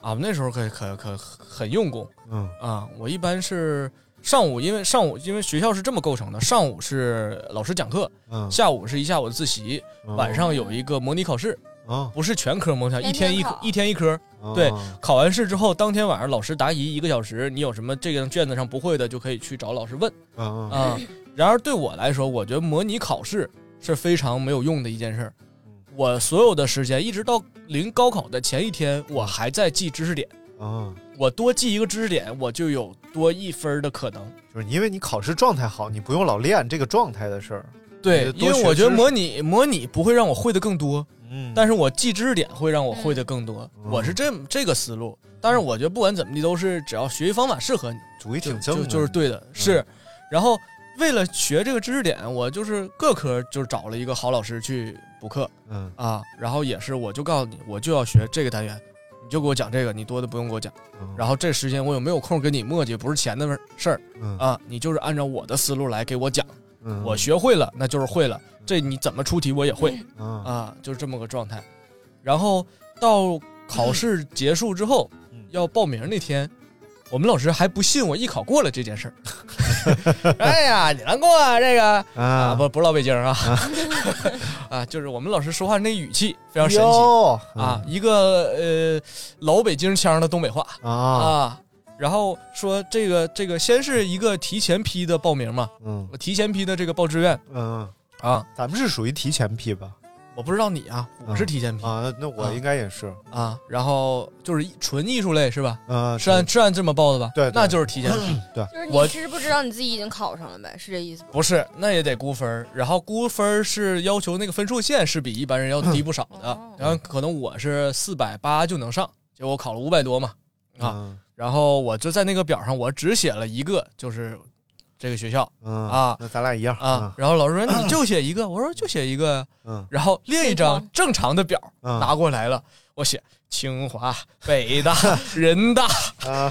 啊。那时候可可可很用功
嗯
啊。我一般是上午，因为上午因为学校是这么构成的，上午是老师讲课，
嗯，哦
下午是一下午的自习，晚上有一个模拟考试，
啊
不是全科模拟考，一
天
天
天
一科
考
一天一科。对考完试之后，当天晚上老师答疑一个小时，你有什么这个卷子上不会的，就可以去找老师问
嗯
啊。然而对我来说，我觉得模拟考试是非常没有用的一件事儿
嗯。
我所有的时间，一直到临高考的前一天，我还在记知识点。
嗯，
我多记一个知识点，我就有多一分儿的可能。
就是因为你考试状态好，你不用老练这个状态的事儿。
对
你，就
因
多
为我
学
觉
知识
得模拟模拟不会让我会的更多，
嗯
但
是
是我记知识点会让我会的更多。
嗯
我是这么这个思路。但是我觉得不管怎么地，都是只要学习方法适合你。
主意
就
挺正
就
的，嗯
就是对的，是。然后为了学这个知识点，我就是各科就找了一个好老师去补课
嗯
啊，然后也是我就告诉你，我就要学这个单元，你就给我讲这个，你多的不用给我讲。
嗯，
然后这时间我有没有空跟你磨叽，不是钱的事儿事儿
嗯
啊，你就是按照我的思路来给我讲，
嗯
我学会了那就是会了，这你怎么出题我也会
啊
啊，就是这么个状态。然后到考试结束之后
嗯
要报名那天，我们老师还不信我艺考过了这件 事儿。哎呀，你难过啊，这个啊，
啊
不不是老北京啊， 啊，就是我们老师说话那语气非常神奇
哟
啊，一个呃老北京腔的东北话
啊
啊。然后说这个这个先是一个提前批的报名嘛，
嗯
我提前批的这个报志愿
嗯，
啊，
咱们是属于提前批吧？
我不知道你啊，我是提前批
啊，那那我应该也是
啊，然后就是一纯艺术类是吧？
啊，
是按是按这么报的吧？
对对
那就是提前 批。
就是
我啊
你知不知道你自己已经考上了呗？是这意思吗？
不是，那也得估分儿，然后估分儿是要求那个分数线是比一般人要低不少的，
哦
然后可能我是四百八就能上，结果我考了五百多嘛，
啊
然后我就在那个表上我只写了一个，就是这个学校，
嗯
啊，
那咱俩一样
啊。然后老师说你就写一个，我说就写一个，
嗯。
然后另一张正常的表
嗯
拿过来了，我写清华、北大、人大，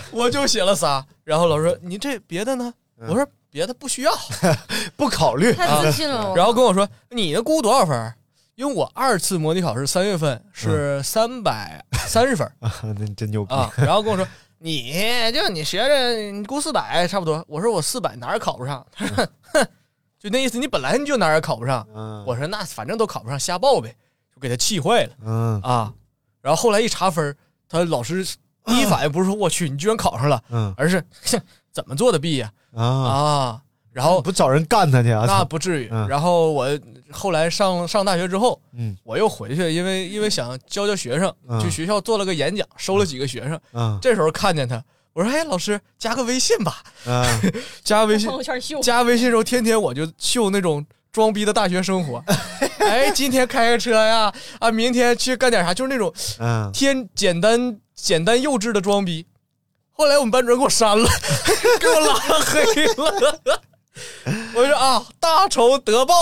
我就写了仨。然后老师说你这别的呢？我说别的不需要，
嗯 不考虑啊
太自信了我
然后跟我说你的估多少分儿？因为我二次模拟
嗯
考试三月份是三百三十 分儿
啊，那你真牛逼！
啊，然后跟我说。你就你学着你估四百差不多，我说我四百哪儿考不上， 他说哼，就那意思，你本来你就哪儿也考不上，
嗯
我说那反正都考不上，瞎报呗，就给他气坏了。
嗯
啊，然后后来一查分儿，他老师第一反应不是说我去你居然考上了，
嗯
而是哼怎么做的弊呀、
啊，
啊，然后
不找人干他去啊？
那
操
不至于。
嗯
然后我后来上上大学之后，
嗯
我又回去，因为因为想教教学生，
嗯
去学校做了个演讲，收了几个学生。
嗯
这时候看见他，我说：“哎，老师，加个微信吧。
嗯，”
加微信
朋，友圈秀，
加微信之后，天天我就秀那种装逼的大学生活。哎，今天开个车呀，啊，明天去干点啥，就是那种
嗯，
天简单简单幼稚的装逼。后来我们班主任给我删了， 给我拉黑了。 我说啊，大仇得报。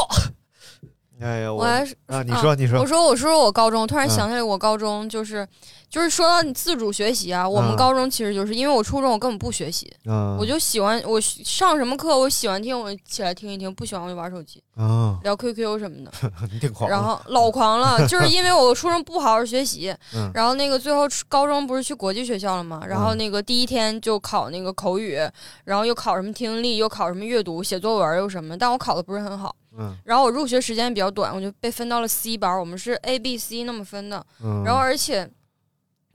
哎呀，
我
我
还是
啊，你说，
啊
你说，
我说我说我高中，突然
嗯
想起来我高中就是、就是说到你自主学习啊，我
嗯
们高中其实就是因为我初中我根本不学习，
嗯，
我就喜欢我上什么课我喜欢听我起来听一听，不喜欢我就玩手机
嗯，
聊 QQ 什么的，
你挺狂的，
然后老狂了，就是因为我初中不好好学习，
嗯
然后那个最后初高中不是去国际学校了嘛，然后那个第一天就考那个口语，然后又考什么听力，又考什么阅读、写作文又什么，但我考的不是很好。
嗯
然后我入学时间比较短，我就被分到了 C 班，我们是 A、B、C 那么分的。
嗯，
然后而且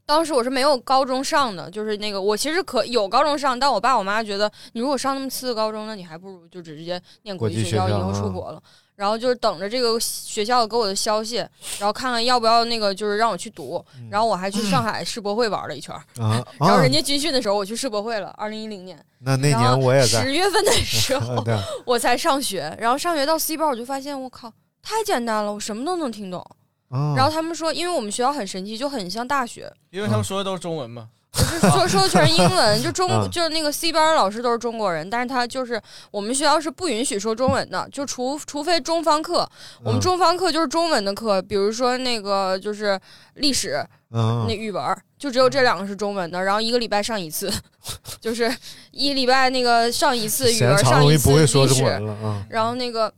当时我是没有高中上的，就是那个我其实可有高中上，但我爸我妈觉得你如果上那么次高中，那你还不如就直接念国际学校，
国际学校嗯
以后出国了。然后就是等着这个学校给我的消息，然后看看要不要那个就是让我去读。然后我还去上海世博会玩了一圈儿，
嗯啊，
然后
啊
人家军训的时候我去世博会了，二零一零年。
那那年我也在
十，月份的时候
啊，对，
我才上学，然后上学到 C 班，我就发现我靠，太简单了，我什么都能听懂。
嗯
然后他们说，因为我们学校很神奇，就很像大学，
因为他们说的都是中文嘛，
就是说说的全是英文，就中、
嗯
就是那个 C 班老师都是中国人，但是他就是我们学校是不允许说中文的，就除除非中方课，
嗯
我们中方课就是中文的课，比如说那个就是历史，
嗯
那语文儿，就只有这两个是中文的，然后一个礼拜上一次， 就是一礼拜那个上一次语
时间
文，
长
上
容
一
易
次
不会说
历
中
史，
文了啊，
然后那个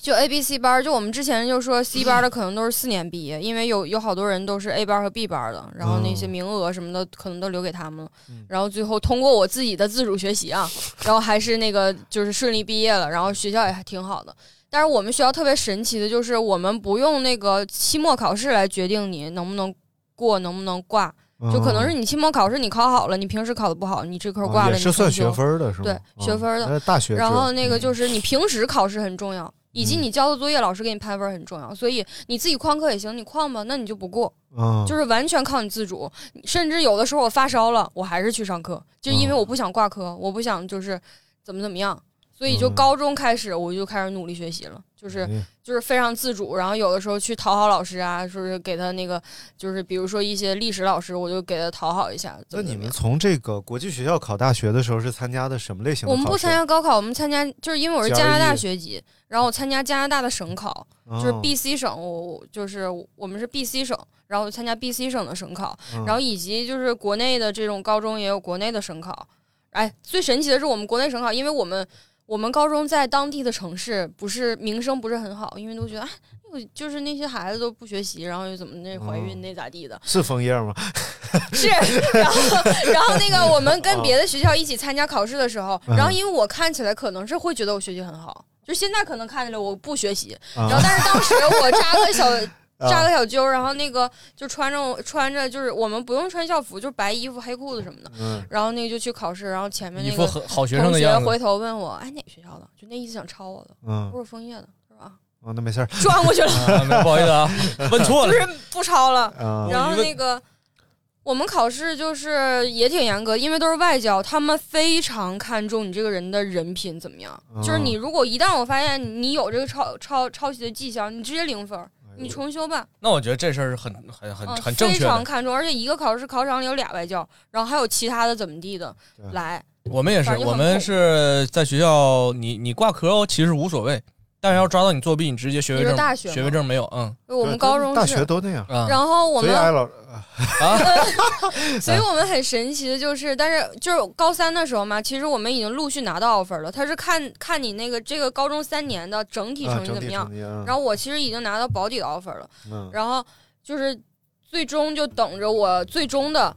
就 A、B、C 班儿，就我们之前就说 C 班儿的可能都是四年毕业，因为有有好多人都是 A 班儿和 B 班儿的，然后那些
哦
名额什么的可能都留给他们了
嗯。
然后最后通过我自己的自主学习 啊，然后还是那个就是顺利毕业了，然后学校也还挺好的。但是我们学校特别神奇的就是，我们不用那个期末考试来决定你能不能过，能不能挂，
嗯
就可能是你期末考试你考好了，你平时考的不好，你这科
啊
挂了，
也
你
是算
重
学
修
分的是吗？
对
啊
学分的
那大学制，
然后那个
嗯
就是你平时考试很重要，以及
嗯
你交的作业老师给你判分很重要，所以你自己旷课也行，你旷吧，那你就不过，
嗯，
就是完全靠你自主。甚至有的时候我发烧了，我还是去上课，就因为
嗯
我不想挂科，我不想就是怎么怎么样，所以就
嗯
高中开始我就开始努力学习了，就是
哎
就是非常自主，然后有的时候去讨好老师啊，说是给他那个就是比如说一些历史老师，我就给他讨好一下。
那
怎么
你
怎么
们
样
从这个国际学校考大学的时候是参加的什么类型的
我
考试？
们不参加高考，我们参加就是因为我是
GRE
加拿大学籍，然后我参加加拿大的省考，
哦，
就是 B C 省，我我就是我们是 B C 省，然后参加 B C 省的省考，
嗯，
然后以及就是国内的这种高中也有国内的省考。哎，最神奇的是我们国内省考，因为我们我们高中在当地的城市不是名声不是很好，因为都觉得哎，我就是那些孩子都不学习，然后又怎么那
哦
怀孕那咋地的，
是枫叶吗？
是，然后然后那个我们跟别的学校一起参加考试的时候，
嗯
然后因为我看起来可能是会觉得我学习很好，就现在可能看起来我不学习，
啊
然后但是当时我扎个小。
啊
扎个小揪，然后那个就穿着穿着，就是我们不用穿校服，就是白衣服、黑裤子什么的。
嗯
然后那个就去考试，然后前面
一
那
副
个
很好学生
同
的
学
样子。
回头问我，哎，哪个学校的？就那意思想抄我的，
嗯
不，是枫叶的，是吧？
哦，那没事儿
转过去了，
啊没有不好意思 啊，问错
不
了。
是不抄了。
啊
然后
一个
那个我们考试就是也挺严格，因为都是外教，他们非常看重你这个人的人品怎么样。
啊
就是你如果一旦我发现你有这个抄抄抄袭的迹象，你直接零分儿，
哎嗯
你重修吧。
那我觉得这事儿是很很很
嗯，
很正
非
确
常
的。
看重，而且一个考试考场里有俩外教，然后还有其他的怎么地的
对啊
来。
我们也
反
是，
正就
我
很
们
配
是在学校，你你挂科哦其实无所谓，但是要抓到你作弊，你直接学位
你
证
说大学吗
学位证没有，嗯，
我们高中是
大学啊都那样
啊
然后我们
所以挨老
所以我们很神奇的就是，但是就是高三的时候嘛，其实我们已经陆续拿到 offer 了。他是看看你那个这个高中三年的整体成绩怎么样。
啊整体成绩嗯
然后我其实已经拿到保底的 offer 了，
嗯
然后就是最终就等着我最终的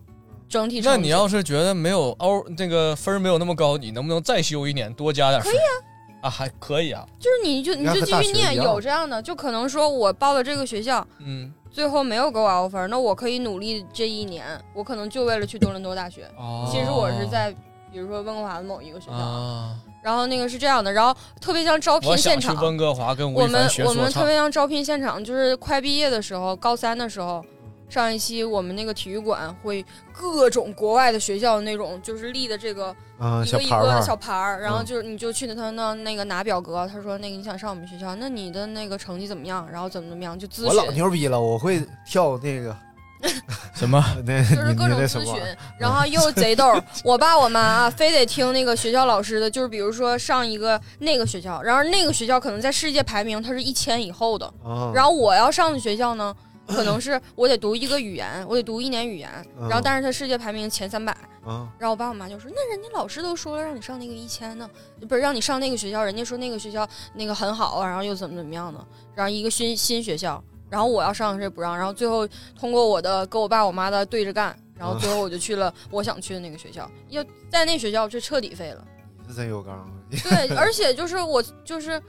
整体成
那
绩。
你要是觉得没有欧那个分儿没有那么高，你能不能再修一年，多加点分？
可以啊，
啊，还可以啊，
就是你就你
那
就
和
继
大
续
学
念，
一样
有这样的，就可能说我报了这个学校，
嗯，
最后没有给我 offer，那我可以努力这一年，我可能就为了去多伦多大学。
哦
其实我是在比如说温哥华的某一个学校，
啊，
然后那个是这样的，然后特别像招聘
我
现
想去
场，
温哥华跟吴
我
亦凡
们
学
我
说
们特
唱
别像招聘现场，就是快毕业的时候，高三的时候，上一期我们那个体育馆会各种国外的学校那种，就是立的这个
啊
一个一
小牌儿牌
个
儿
小牌儿，然后
嗯
就是你就去他那那个拿表格，他说那个你想上我们学校，那你的那个成绩怎么样，然后怎么怎么样就咨询，
我老牛逼了，我会跳那个
什么？
那
就是
你
各
你
种
那什
咨
么啊
询
玩意儿？，
然后又贼逗 儿。我爸我妈啊，非得听那个学校老师的，就是比如说上一个那个学校，然后那个学校可能在世界排名它是一千以后的
哦，
然后我要上的学校呢，可能是我得读一个语言，我得读一年语言，
嗯
然后但是它世界排名前三百。
啊
然后我爸我妈就说：“那人家老师都说了让你上那个一千呢，不是让你上那个学校，人家说那个学校那个很好啊，然后又怎么怎么样呢？然后一个新新学校，然后我要上这不让，然后最后通过我的跟我爸我妈的对着干，然后最后我就去了我想去的那个学校，要在那学校就彻底废了。
你是真有刚。啊
对，而且就是我就是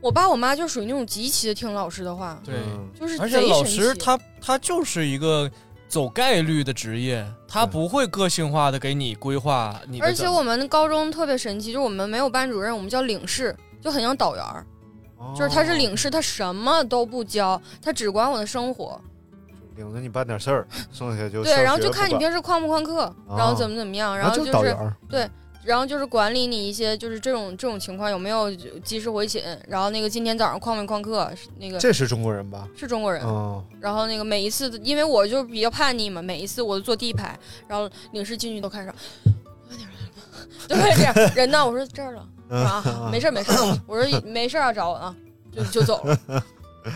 我爸我妈就属于那种极其的听老师的话，
对，
嗯
就是
而且
贼神
老师
奇
他他就是一个走概率的职业，他不会个性化的给你规划你的
而
怎
且
么。
我们高中特别神奇，就是我们没有班主任，我们叫领事，就很像导员儿。 就是
哦
他是领事，他什么都不教，他只管我的生活。
哦领着你办点事儿，剩下就
对，
上
然后
学
就
不
看你
管
平时旷不旷课，然后怎么怎么样，
啊
然后
那就是
是
导员儿
对，然后就是管理你一些就是这种这种情况有没有及时回寝，然后那个今天早上旷没旷课，是那个
这是中国人吧？
是中国人。
嗯，
然后那个每一次，因为我就比较叛逆嘛，每一次我都坐第一排，然后领事进去都看上，我有点儿 就会这样。人呢？我说这 儿了，我说啊， 没事儿没事儿，我说没事儿啊，找我啊，就就走 了。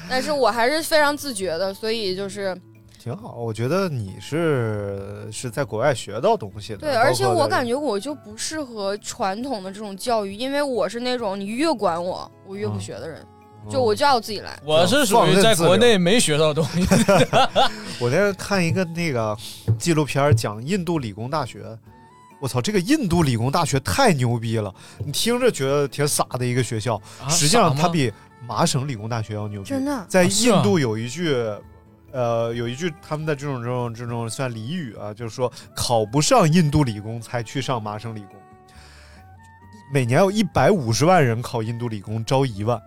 但是我还是非常自觉的，所以
啊
就是
挺好。我觉得你是是在国外学到东西的，
对，
包
而且
括
我
的
感觉我就不适合传统的这种教育，因为我是那种你越管我，我越不
啊
学的人，
嗯
就
哦
我就要自己来。
我是属于在国内没学到东西，
我在看一个那个纪录片儿讲印度理工大学，我操，这个印度理工大学太牛逼了！你听着觉得挺傻的一个学校，
啊
实际上
傻吗
它比麻省理工大学要牛逼。
真的
在
啊是
印
啊
度有一句。呃，有一句他们的这种这种这种算俚语啊，就是说考不上印度理工才去上麻省理工。每年有一百五十万人考印度理工，招一万，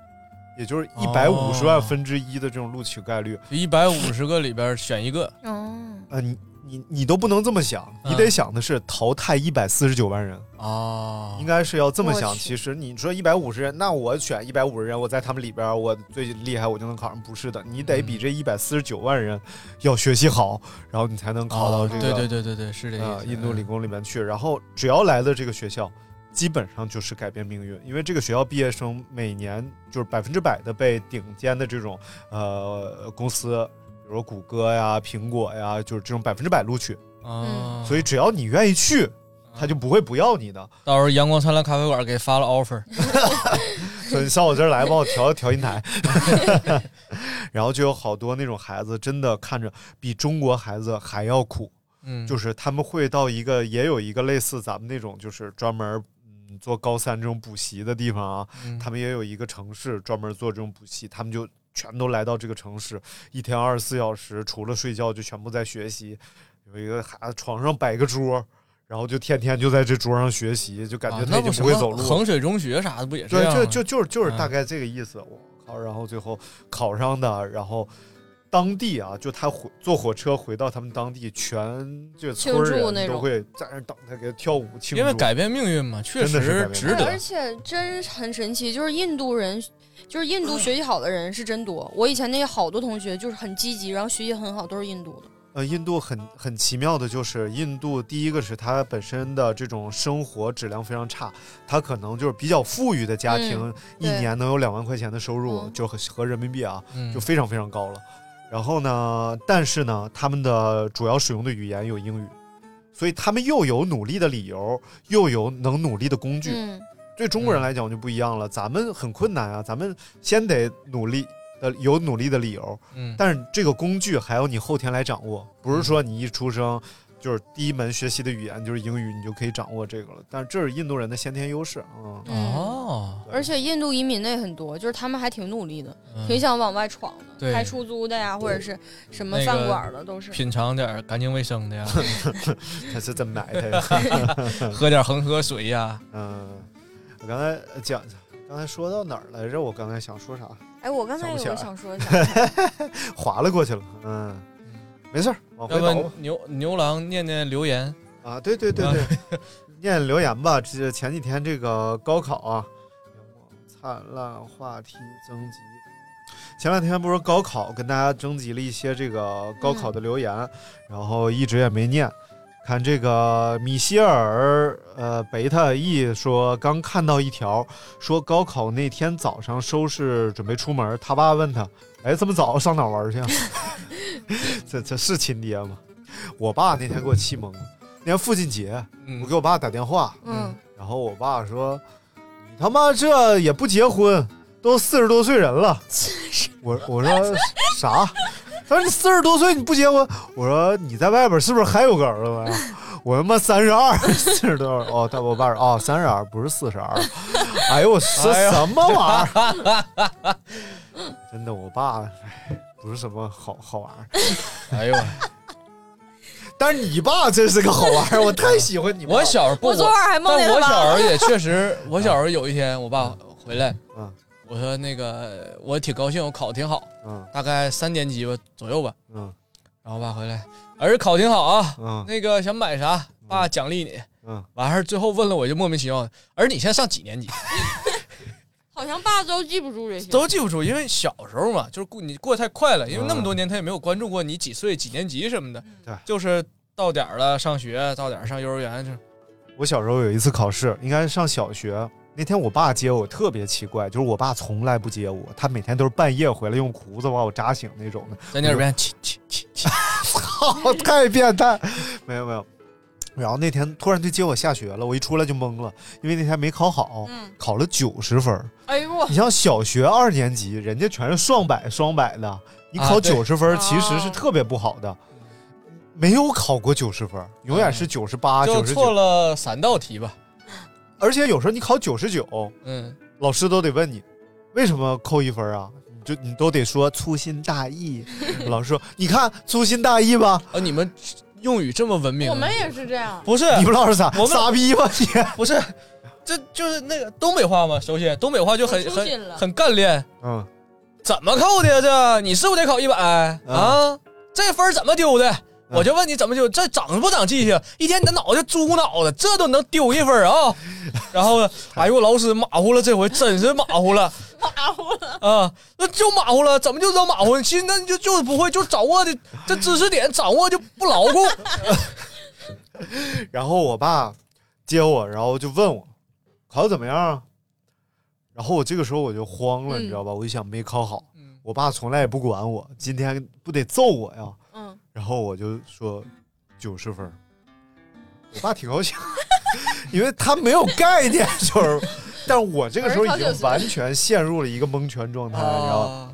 也就是一百五
哦
十万分之一的这种录取概率。啊
一百五十个里边选一个。
嗯，
呃，你你你都不能这么想，你
嗯
得想的是淘汰一百四十九万人
啊，
哦应该是要这么想。
我去
其实你说一百五十人，那我选一百五十人，我在他们里边儿我最厉害，我就能考上。不是的，你得
嗯
比这一百四十九万人要学习好，然后你才能考到
哦
这个。
对对对对对，嗯是这
啊、
个意思。
印度理工里面去，然后只要来的这个学校，基本上就是改变命运，因为这个学校毕业生每年就是百分之百的被顶尖的这种呃公司，比如说谷歌呀、苹果呀，就是这种百分之百录取，
嗯
啊，
所以只要你愿意去，他就不会不要你的。
到时候阳光灿烂咖啡馆给发了 offer，
所以你上我这儿来，帮我调调音台。 然后就有好多那种孩子，真的看着比中国孩子还要苦。
嗯
就是他们会到一个，也有一个类似咱们那种，就是专门嗯做高三这种补习的地方啊。
嗯
他们也有一个城市专门做这种补习，他们就全都来到这个城市，一天二十四小时，除了睡觉就全部在学习。有一个孩子床上摆个桌。然后就天天就在这桌上学习，就感觉
啊
他
那
已经
不
不
什
会
么
走路了。
衡水中学啥的不也这
对，
样
就
吗？
就就是就是大
嗯
概这个意思。我靠，然后最后考上的，然后当地啊，就他回坐火车回到他们当地，全这
庆
村儿
祝那
人都
种
会在那儿等他给他跳舞庆祝。
因为改变命运嘛，确
真的是改
实
变命运
值
对而
得。
且真是很神奇，就是印度人，就是
嗯
印度学习好的人是真多。我以前那些好多同学就是很积极，然后学习很好，都是印度的。
呃，印度很很奇妙的就是，印度第一个是它本身的这种生活质量非常差，它可能就是比较富裕的家庭，
嗯
一
对
年能有两万块钱的收
嗯
入，就和和人民币啊，
嗯
就非常非常高了。然后呢，但是呢，他们的主要使用的语言有英语，所以他们又有努力的理由，又有能努力的工具。
嗯
对中国人来讲就不一样了，咱们很困难啊，咱们先得努力呃，有努力的理由，
嗯
但是这个工具还要你后天来掌握，不是说你一出生就是第一门学习的语言就是英语，你就可以掌握这个了。但是这是印度人的先天优势啊。
嗯
哦，
而且印度移民的也很多，就是他们还挺努力的，
嗯
挺想往外闯的，
对
开出租的呀，或者是什么
那个
饭馆儿的都是。
品尝点儿干净卫 生的呀，
他是怎么买的呀
呀？喝点恒河水呀。
嗯，我刚才讲，刚才说到哪儿来着？我刚才想说啥？
哎，我刚才有
想不起来
个想说一 下，
划了过去了。嗯，没事儿，往回
要
倒
不
吧。
牛牛郎念念留言
啊？对对对对，念留言吧。这前几天这个高考啊，灿烂话题征集。前两天不是高考，跟大家征集了一些这个高考的留言，然后一直也没念。看这个米歇尔，呃，贝塔 E 说刚看到一条，说高考那天早上收拾准备出门，他爸问他：“哎，这么早上哪儿玩去啊？” 这这是亲爹吗？ 我爸那天给我气懵了。那天父亲节，我给我爸打电话，
嗯，
然后我爸说：“你他妈这也不结婚，都四十多岁人了。我”我说啥？他说你四十多岁你不结婚？我说你在外边是不是还有个儿子呀？ 我他妈三十二，四十多哦，他我爸说哦，三十二不是四十二。 哎呦，我说
哎呦
什么玩意儿？ 真的，我爸哎不是什么好好玩意儿。 哎呦，但是你爸真是个好玩意儿，我太喜欢你爸了。
我小时候不，但我小时候也 确实，我小时候有一天，我爸回来，
嗯，
我说那个我挺高兴，我考得挺好，
嗯，
大概三年级吧左右吧，
嗯，
然后我爸回来，儿子考挺好啊，
嗯
那个想买啥，爸奖励你，
嗯，
完事儿最后问了我就莫名其妙，儿你现在上 几年级？
好像爸都记不住这些，
都记不住，因为小时候嘛，就是过你过得太快
嗯
了，因为那么多年他也没有关注过你几岁、几年级什么的，
对，
就是到点儿了上学，到点儿上幼儿园，就
嗯我小时候有一次考试，应该是上小学。那天我爸接我特别奇怪，就是我爸从来不接我，他每天都是半夜回来用胡子把我扎醒那种的，
在你耳边
我就，操， 太变态！没有没有。然后那天突然就接我下学了，我一出来就懵了，因为那天没考好，考了九十分儿。
哎呦
你像小学二年级，人家全是双百双百的，你
啊
考
对
九十分儿其实是特别不好的，没有考过九十分儿，永远是九十八、
嗯就
九十
错
九，
了三道题吧。
而且有时候你考九十九，
嗯，
老师都得问你为什么扣一分儿啊，你就你都得说粗心大 意。老师说你看粗心大意吧，
啊，你们用语这么文明啊
我们也是 这样，
不是
你们老师咋
我们
傻逼吧 你？
不是，这就是那个东北话嘛。首先，东北话就很
我出去
很
了
很干练。
嗯，
怎么扣的呀？这你是不是得考一百啊？这分儿怎么丢的？我就问你怎么丢？这长不长记性？一天你的脑袋猪脑子，这都能丢一分儿啊？然后呢？哎呦，老师马虎了，这回真是马虎了。啊，那就马虎了，怎么就知道马虎？其实那你就就是不会，就掌握的这知识点掌握就不牢固。
然后我爸接我，然后就问我考的怎么样啊？然后我这个时候我就慌了，
嗯
你知道吧？我就想没考好，
嗯
我爸从来也不管我，今天不得揍我呀？
嗯，
然后我就说九十分儿，我爸挺高兴， 因为他没有概念，就是，但是我这个时候已经完全陷入了一个蒙圈状态，你知道
哦
吗？
啊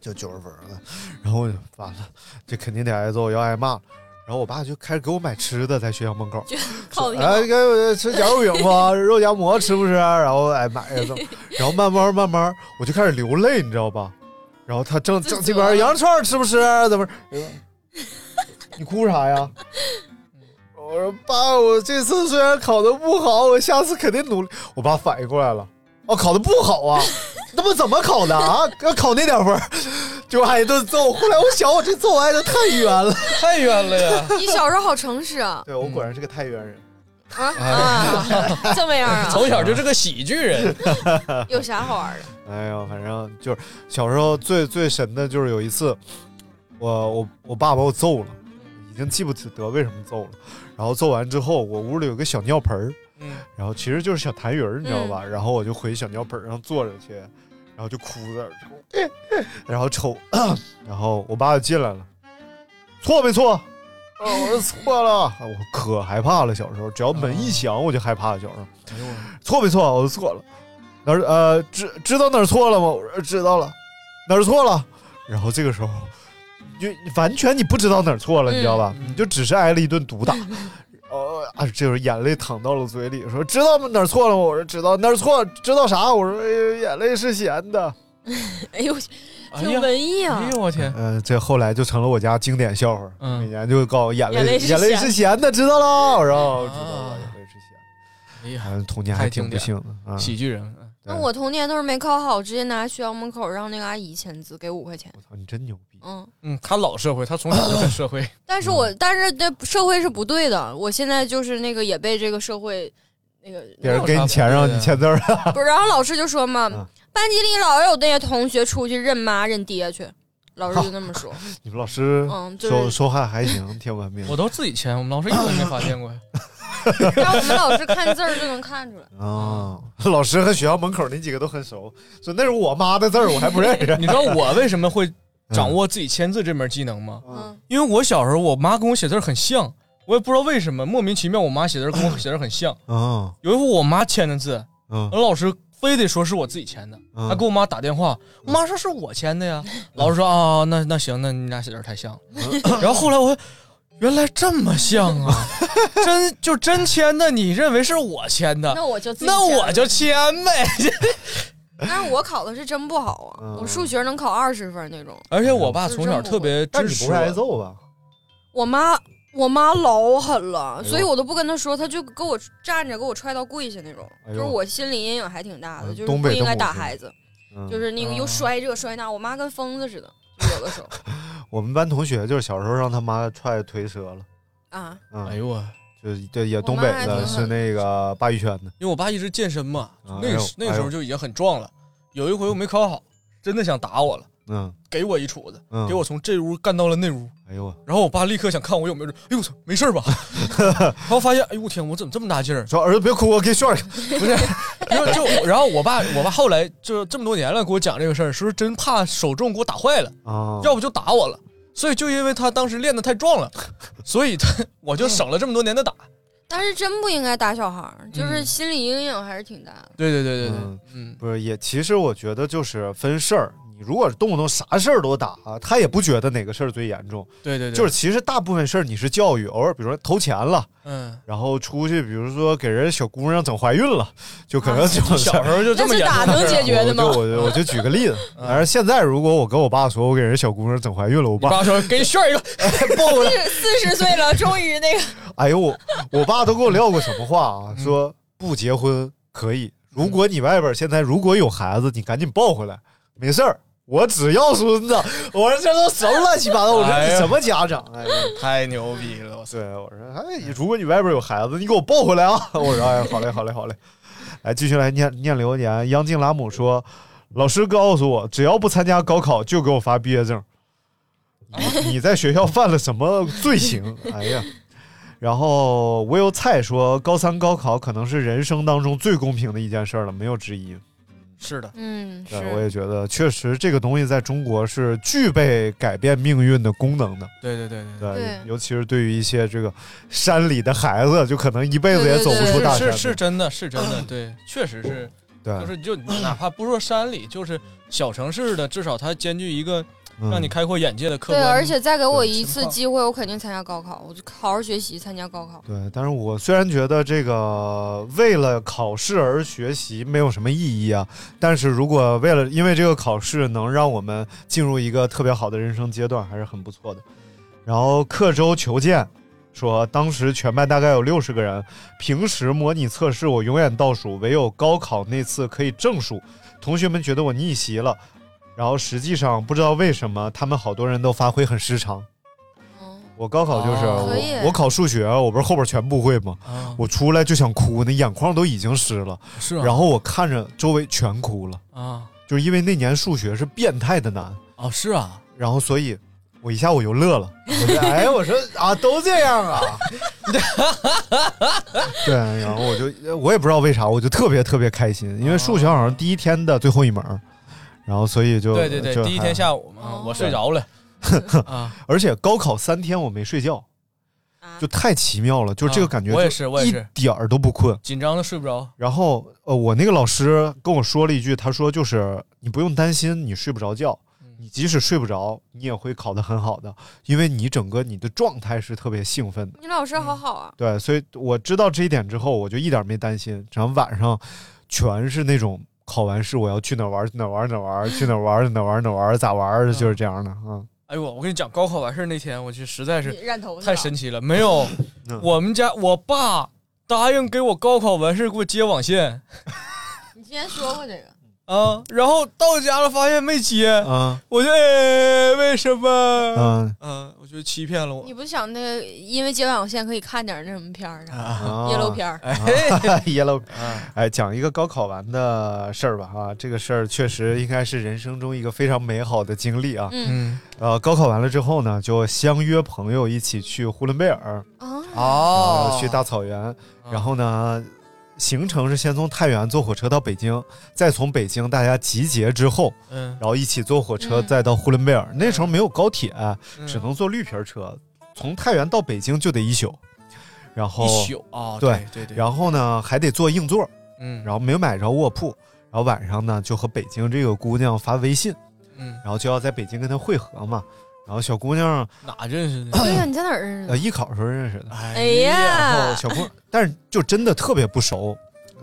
就九十分儿了，然后我就完了，这肯定得挨揍，要挨骂了。然后我爸就开始给我买吃的，在学校门口，
靠的
哎，给我吃夹肉饼吧，肉夹馍吃不吃？然后哎买了，然后慢慢慢慢我就开始流泪，你知道吧？然后他正正这边羊肉串吃不吃？啊怎么？ 你哭啥呀？我说爸，我这次虽然考的不好，我下次肯定努力。我爸反应过来了，哦，考的不好啊，那么怎么考的啊？要考那点分儿， 就挨一顿揍。后来我想，我这揍挨的太冤了，嗯
太冤了 呀！
你小时候好诚实啊
对我果然是个太原人。
啊啊，这么样啊？
哎从小就是个喜剧人。
有啥好玩 的？
哎呦，反正就是小时候最最神的就是有一次，我我我爸把我揍了，经记不得为什么揍了。然后揍完之后，我屋里有个小尿盆儿，
嗯，
然后其实就是小痰盂儿，你知道吧？
嗯
然后我就回小尿盆儿上坐着去，然后就哭在那儿然后抽， 然后我爸就进来了，错没错？
哦
啊我说错了，啊我可害怕了。小时候只要门
哦
一响，我就害怕。小时候
哎呦我
错没错？我说错了。哪儿呃知知道哪儿错了吗？我说知道了，哪儿错了？然后这个时候，你就完全你不知道哪儿错了，你知道吧？你就只是挨了一顿毒打。哦啊！这时候眼泪淌到了嘴里，说知道吗？哪儿错了吗？我说知道，哪儿错？知道啥？我说、哎呦、眼泪是咸的。
哎呦，我去
哎呀
挺文艺啊！
哎呦我天！
呃，这后来就成了我家经典笑话，每年就告眼
眼
泪
泪是
眼泪
咸
是咸的，知道了，然后知道了，
哎呀，
嗯童年还
太
挺
经
不
典
幸
了
的啊，
喜剧人，嗯
那我童年都是没考好，直接拿学校门口让那个阿姨签字，给五块钱。
你真牛逼！
嗯，
嗯，他老社会，他从小就很社会，
但是我但是这社会是不对的，我现在就是那个也被这个社会那个
别人给你钱让
啊
你签字儿，啊
不是，然后老师就说嘛，班级里老有那些同学出去认妈认爹去，老师就那么说。
你们老师
嗯就是
说说话还行，挺文明。
嗯我都自己签，我们老师一回没发现过呀。
但我们老师看字儿就能看出来。
啊， 老师和学校门口那几个都很熟，说那是我妈的字儿，我还不认识。
你知道我为什么会掌握自己签字这门技能吗？
嗯
因为我小时候我妈跟我写字儿很像，我也不知道为什么，莫名其妙我妈写字儿跟我写字儿很像。
啊，
有一回我妈签的字，
嗯
我老师非得说是我自己签的，
嗯
还给我妈打电话，我妈说是我签 的呀。老师说啊，那那行，那你俩写字儿太像了。
嗯
然后后来我原来这么像啊，真就真签的，你认为是我签的，
那我就自己
那
签
我就签呗。
嗯
但是我考的是真不好啊，我数学能考二十分那种。
而且我爸从小特别
但
支
你不
持
是挨
我，
揍吧？
我妈我妈老狠了，
呦
所以我都不跟她说，她就给我站着给我踹到跪下那种，
哎呦
就是我心理阴影还挺大的，就是
东北
不
的
应该
母
打
亲
孩子，
嗯
就是那个又摔这摔那，我妈跟疯子似的，就有的时候
我们班同学就是小时候让他妈踹腿折了，
啊，
嗯，
哎呦我，
就是对也
我
东
妈
北
还
的，
挺
是
狠
那个鲅鱼圈的，
因为我爸一直健身嘛，
啊
那
哎
个
呦
时那个时
哎
候
呦
就已经很壮了。有一回我没考好，真的想打我了，
嗯，
给我一杵子，
嗯
给我从这屋干到了那屋。
哎呦我，
然后我爸立刻想看我有没有人，哎呦我操，没事儿吧？然后发现，哎呦我天，我怎么这么大劲儿？
说儿子别哭，我给 炫儿，
不是，就就然后我爸我爸后来就这么多年了给我讲这个事儿，说是真怕手重给我打坏了，
啊，
要不就打我了。所以就因为他当时练的太壮了，所以他我就省了这么多年的打。
但是真不应该打小孩儿，就是
嗯
心理阴影还是挺大的。
对对对对对，
嗯
嗯，
不是也，其实我觉得就是分事儿。你如果动不动啥事儿都打，他也不觉得哪个事儿最严重。
对对对，
就是其实大部分事儿你是教育，偶尔比如说投钱了，
嗯，
然后出去比如说给人小姑娘整怀孕了，就可能就
啊小时候就这么
那是
严重
打
的嗯
能
事儿
解决的吗
我就我就我就举个例 子，反正现在如果我跟我爸说我给人小姑娘整怀孕了，我
你
爸
爸说给你炫一个，
不
四十岁了，终于那个
哎呦，我我爸都给我撂过什么话啊？说不结婚可以，如果你外边现在如果有孩子，你赶紧抱回来，没事儿，我只要孙子。我说这都什么乱七八糟？我说
哎
你
呀
什么家长？哎呀，
太牛逼了，我操！
对，我说哎，如果你外边有孩子，你给我抱回来啊！ 我说哎，好嘞，好嘞，好嘞。来，继续来念念留言。央静拉姆说：“老师告诉我，只要不参加高考，就给我发毕业证。你你在学校犯了什么罪行？ 哎呀！”然后我有菜说，高三高考可能是人生当中最公平的一件事儿了，没有之一。
是的，
嗯，
对，我也觉得，确实这个东西在中国是具备改变命运的功能的。
对对对对对，
对，
对
尤其是对于一些这个山里的孩子，就可能一辈子也走不出大山。
是是是真的，是真的，对，确实是，
对，
就是就你哪怕不说山里，就是小城市的，至少它兼具一个
嗯
让你开阔眼界的客
对，
观。
而且再给我一
情
次
况
机会，我肯定参加高考，我就好好学习，参加高考。
对，但是我虽然觉得这个为了考试而学习没有什么意义啊，但是如果为了因为这个考试能让我们进入一个特别好的人生阶段，还是很不错的。然后刻舟求剑说，当时全班大概有六十个人，平时模拟测试我永远倒数，唯有高考那次可以正数。同学们觉得我逆袭了，然后实际上不知道为什么，他们好多人都发挥很失常。
嗯，
我高考就是、
哦
可以
我我考数学，我不是后边全部会吗？
啊，
我出来就想哭，那眼眶都已经湿了。
是啊
然后我看着周围全哭了，
啊
就是因为那年数学是变态的难，
啊是啊，
然后所以我一下我又乐了，我说哎，我说啊，都这样啊。对，然后我就呃我也不知道为啥，我就特别特别开心，因为数学好像第一天的最后一门儿，然后所以就
对对对，
就
第一
还
天下午嘛，
哦
我睡 着了。啊，
而且高考三天我没睡觉，
啊
就太奇妙了，就这个感觉、
啊我也是我也是
一点儿都不困。
紧张的睡不着。
然后呃，我那个老师跟我说了一句，他说就是你不用担心你睡不着觉，你即使睡不着，你也会考得很好的，因为你整个你的状态是特别兴奋的。
你老师好好啊，
对，所以我知道这一点之后，我就一点没担心。然后晚上全是那种考完试我要去哪儿玩儿去哪儿玩儿哪儿玩儿去哪儿玩儿哪儿玩儿哪儿玩儿咋玩儿，就是这样的啊。嗯
哎呦，我跟你讲，高考完事儿那天，我去实在是
染头发
太神奇了。没有，
嗯
我们家我爸答应给我高考完事儿给我接网线
你之前说过这个，
啊，然后到家了发现没接，
啊
我就哎为什么？
嗯
嗯，我觉得欺骗了我。
你不想那个因为接网线可以看点那什么片儿啥？
啊
yellow 片儿
哎
啊 ，yellow，哎，讲一个高考完的事儿吧，哈、这个事儿确实应该是人生中一个非常美好的经历啊。
嗯，
呃，高考完了之后呢，就相约朋友一起去呼伦贝尔，
哦
然后
哦嗯
去大草原，然后呢，行程是先从太原坐火车到北京，再从北京大家集结之后，
嗯
然后一起坐火车再到呼伦贝尔。那时候没有高铁，
嗯
只能坐绿皮儿车，从太原到北京就得一宿。然后
一宿哦
对
对对对
然后呢还得坐硬座，
嗯
然后没有买着卧铺，然后晚上呢就和北京这个姑娘发微信，
嗯
然后就要在北京跟她会合嘛，然后小姑娘
哪认识的？
对呀，你在哪儿认识
呃
嗯
的？
艺考时候认识的， 哎
哎呀。
然后，小姑，但是就真的特别不熟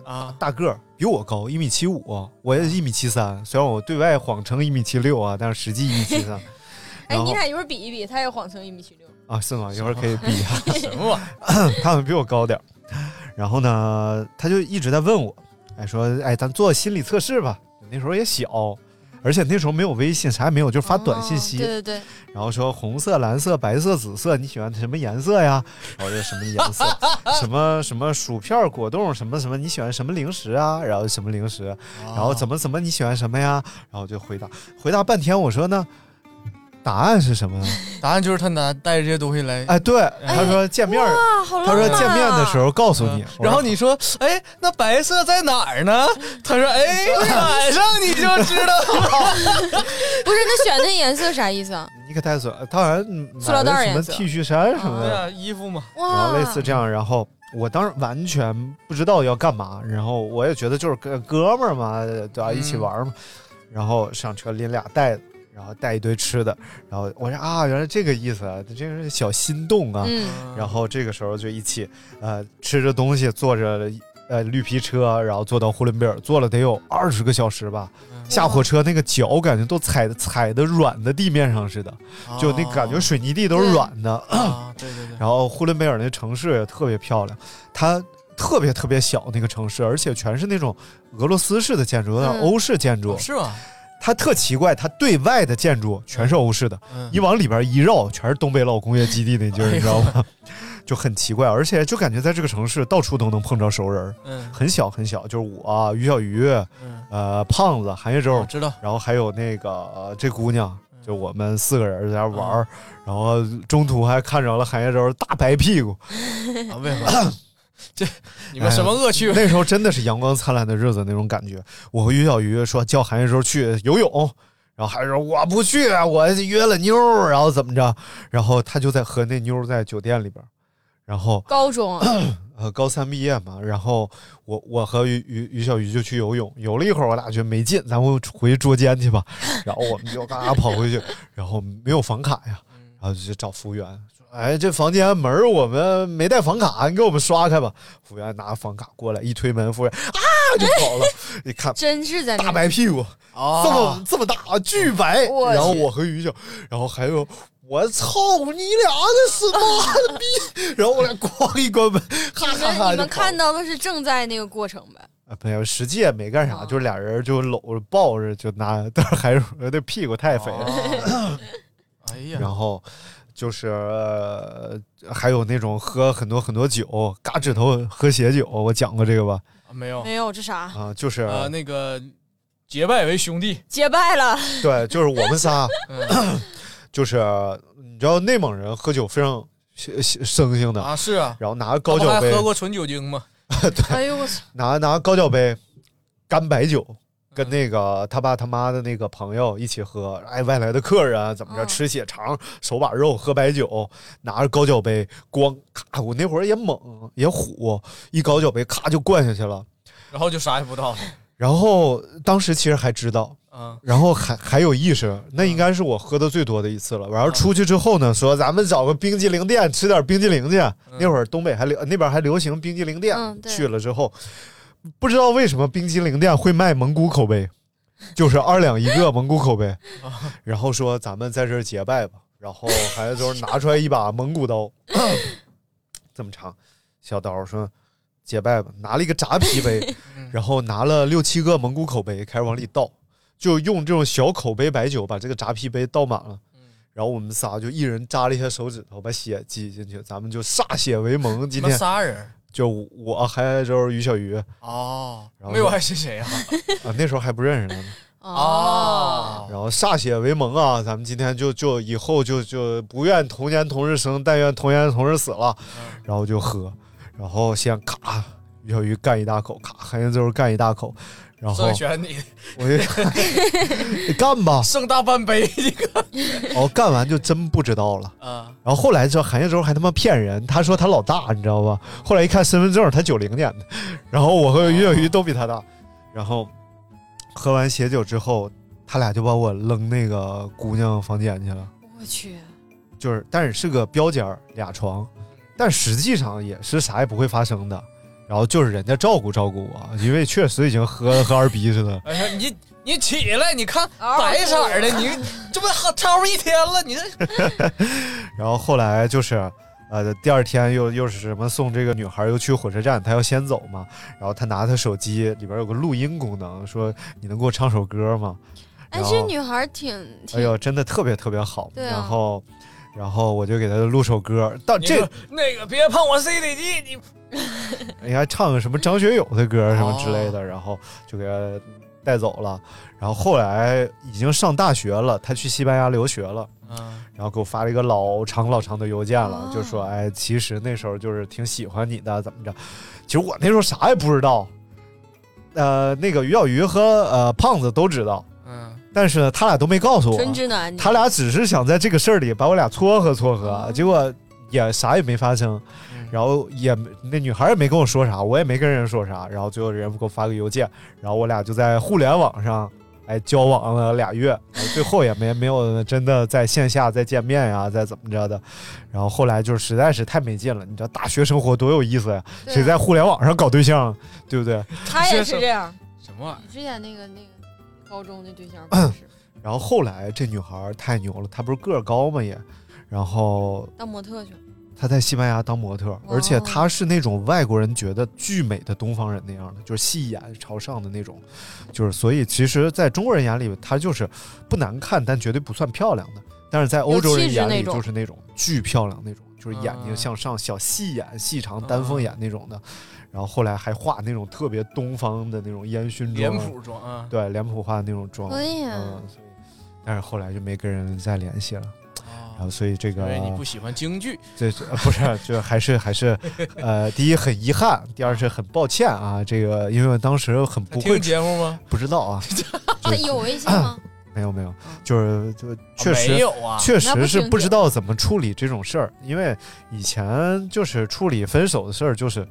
啊，
大个儿比我高一米七五，我也一米七三，虽然我对外谎称一米七六啊，但是实际一米七三
哎，
然
你
后
俩一会儿比一比，他也谎称一米七六，
啊，是吗？一会儿可以比一下。
什么玩意儿？
他们比我高点儿。然后呢，他就一直在问我，哎，说，哎，咱做心理测试吧。那时候也小，而且那时候没有微信，啥也没有，就是发短信息。
哦对对对，
然后说红色、蓝色、白色、紫色，你喜欢什么颜色呀？然后就什么颜色， 什么什么薯片、果冻，什么什么，你喜欢什么零食啊？然后什么零食， 然后怎么怎么你喜欢什么呀？然后就回答回答半天，我说呢，答案是什么呢？
哦答案就是他拿带着这些东西来。
哎，对，他说见面儿，
好啊
他说见面的时候告诉你，
然后你说，哎，那白色在哪 儿呢？他说，哎，晚上你就知 道了。
不是那选那颜色啥意思啊？
你可太损了，当然嗯
塑料袋儿
买了什么
颜色
T 恤衫什么
对
的，
啊，衣服嘛。
然后类似这样，然后我当时完全不知道要干嘛，然后我也觉得就是哥哥们儿嘛，对吧、一起玩儿嘛，然后上车拎俩袋子。然后带一堆吃的，然后我说啊，原来这个意思，啊，这个是小心动啊。
嗯
然后这个时候就一起，呃，吃着东西，坐着呃绿皮车，然后坐到呼伦贝尔，坐了得有二十个小时吧。下火车那个脚感觉都踩踩的软的地面上似的，就那感觉水泥地都是软的。
哦啊对对对，
然后呼伦贝尔那城市也特别漂亮，它特别特别小那个城市，而且全是那种俄罗斯式的建筑，有点
嗯
欧式建筑。
是吗？
它特奇怪，它对外的建筑全是欧式的，
嗯
你往里边一绕，全是东北老工业基地那劲儿，你知道吗？ 就很奇怪，而且就感觉在这个城市到处都能碰着熟人儿，
嗯
很小很小，就是我、啊于小鱼，
嗯哦
呃，胖子韩叶洲，
啊知道，
然后还有那个、呃这姑娘，就我们四个人在那玩儿，然后中途还看着了韩叶洲大白屁股，
啊为什么？这你们什么恶趣
哎呀？那时候真的是阳光灿烂的日子那种感觉。我和于小鱼说叫韩叶洲去游泳，然后韩叶说我不去，啊我约了妞儿，然后怎么着？然后他就在和那妞儿在酒店里边儿，然后
高 中啊，
呃高三毕业嘛，然后我我和于于于小鱼就去游泳，游了一会儿，我俩觉得没劲，咱们回去捉奸去吧。然后我们就嘎嘎跑回去，然后没有房卡呀，然后就找服务员说：“哎，这房间门儿我们没带房卡，你给我们刷开吧。”服务员拿房卡过来，一推门，服务员啊就跑了。一看
真是在那
大白屁股，
哦
这么这么大，巨白。
啊我去
然后我和于小，然后还有。我操你俩这是妈的逼！ 然后我俩咣一关门，哈
你
哈
们
哈！
你们看到的是正在那个过程呗？
啊，没有，实际也没干
啊
啥，就是俩人就搂着抱着就拿， 但是还是那屁股太肥
哦
了。
哎呀，
然后就是、呃还有那种喝很多很多酒，嘎指头喝血酒，我讲过这个吧？
啊没有
没有，这啥
啊，就是、
呃那个结拜为兄弟，
结拜了？
嗯
对，就是我们仨，就是你知道内蒙人喝酒非常生生性的
啊，是啊，
然后拿个高脚
他不
杯
还，喝过纯酒精吗？
哎呦我操！
拿拿高脚杯干白酒，
嗯
跟那个他爸他妈的那个朋友一起喝，哎，外来的客人啊怎
嗯
么着，吃血肠、手把肉、喝白酒，拿着高脚杯咣咔，我那会儿也猛也虎，一高脚杯咔就灌下去了。
然后就啥也不知道了。
然后当时其实还知道，
嗯，
然后还还有意识，那应该是我喝的最多的一次了。然后出去之后呢，说咱们找个冰激凌店吃点冰激凌去。啊那会儿东北还流那边还流行冰激凌店，
嗯嗯对
去了之后，不知道为什么冰激凌店会卖蒙古口 碑，就是二两一个蒙古口碑。
啊
然后说咱们在这儿结拜吧，然后还就是拿出来一把蒙古 刀，这么长小刀，说结拜吧，拿了一个扎啤杯，然后拿了六七个蒙古口杯，开始往里倒，就用这种小口杯白酒把这个扎啤杯倒满了。然后我们仨就一人扎了一下手指头，把血挤进去，咱们就歃血为盟。今
你们
天
仨人
就我还就是于小鱼啊，
哦，
然后
没有还是谁呀？
那时候还不认识他呢。啊
哦，
然后歃血为盟啊，咱们今天就就以后就就不愿同年同日生，但愿同年同日死了。然后就喝，然后先咔，于小鱼干一大口，咔，韩延洲干一大口，然后
郑权你
我就你干吧，
剩大半杯，你看
哦，干完就真不知道了。
啊，
然后后来知道韩叶洲还他妈骗人，他说他老大，你知道吧？后来一看身份证，他九零年的，然后我和于小鱼都比他大。然后喝完血酒之后，他俩就把我扔那个姑娘房间去了，
我去，
就是但是是个标间儿俩床，但实际上也是啥也不会发生的。然后就是人家照顾照顾我，因为确实已经喝的和二逼似的。
哎呀，你你起来，你看白色儿的，你这不还超一天了？你这
然后后来就是，呃，第二天又又是什么送这个女孩又去火车站，她要先走嘛。然后她拿她手机里边有个录音功能，说你能给我唱首歌吗？
哎，
然后
这女孩儿挺挺
哎呦，真的特别特别好。
对啊
然后，然后我就给她录首歌，到
你
这
说那个别碰我 CD 机，你
应该哎唱个什么张学友的歌什么之类的，然后就给他带走了。然后后来已经上大学了，他去西班牙留学了，然后给我发了一个老长老长的邮件了，就说哎，其实那时候就是挺喜欢你的，怎么着？其实我那时候啥也不知道。呃，那个于小鱼和呃胖子都知道，
嗯，
但是呢，他俩都没告诉我，
纯直男，你
他俩只是想在这个事儿里把我俩撮合撮
嗯
合，结果也啥也没发生，然后也那女孩也没跟我说啥，我也没跟人说啥，然后最后人给我发个邮件，然后我俩就在互联网上哎交往了俩月，然后最后也没没有真的在线下再见面呀，再怎么着的，然后后来就是实在是太没劲了，你知道大学生活多有意思呀，
对啊
谁在互联网上搞对象，对不对？
他也是这样。
什么啊玩意
你之前那个那个高中那对象不是
然后后来这女孩太牛了，她不是个儿高吗也，然后
当模特去了？
她在西班牙当模特，而且她是那种外国人觉得巨美的东方人那样的，就是细眼朝上的那种，就是所以其实，在中国人眼里，她就是不难看，但绝对不算漂亮的。但是在欧洲人眼里，
有气质那种
就是那种巨漂亮那种，就是眼睛向上、小细眼、细长、丹凤眼那种的。然后后来还画那种特别东方的那种烟熏
儿，
妆，
脸谱装啊，
对脸谱化的那种妆。
哎呀
嗯，所以但是后来就没跟人再联系了。然后所以这
哦因
个
为你不喜欢京剧，
这是 呃不是，就还是还是，呃，第一很遗憾，第二是很抱歉啊，这个因为我当时很不会
听，节目吗？
不知道 啊，
他有微信吗？
没有没有，就是就确
啊
实、
没有啊，
确
那不
实是
听
不知道怎么处理这种事儿，因为以前就是处理分手的事儿，就是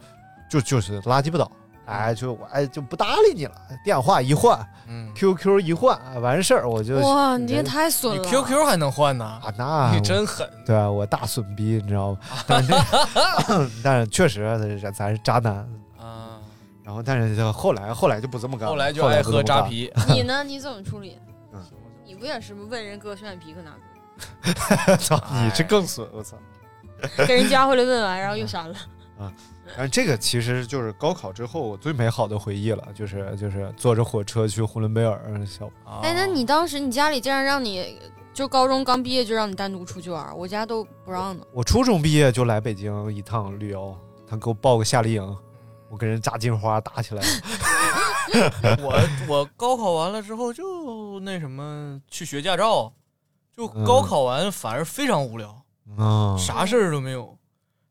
就就是拉鸡巴倒，哎，就我哎就不搭理你了，电话一换
嗯，
，QQ 一换，哎完事儿我就
哇，你这太损
你
了
QQ 还能换呢，
啊那
你
我
真狠，
对啊，我大损逼，你知道吗？但 是但是确实咱咱是渣男，
啊，
然后但是就后来后来就不这么干了，
后来就
啊后
爱
不
喝
这么
扎
干
啤，
你呢？你怎么处理
嗯？
你不也是问人哥选皮搁哪搁？
了。 操，
哎
你这更损，我操！
给人加回来问完，然后又删了。
但这个其实就是高考之后我最美好的回忆了，就是就是坐着火车去呼伦贝尔，小
啊
哎， 那你当时你家里竟然让你就高中刚毕业就让你单独出去玩儿，我家都不让呢。
我初中毕业就来北京一趟旅游，他给我报个夏令营，我跟人扎金花打起来了。
我我高考完了之后就那什么去学驾照，就
嗯
高考完反而非常无聊，
啊，
啥事儿都没有。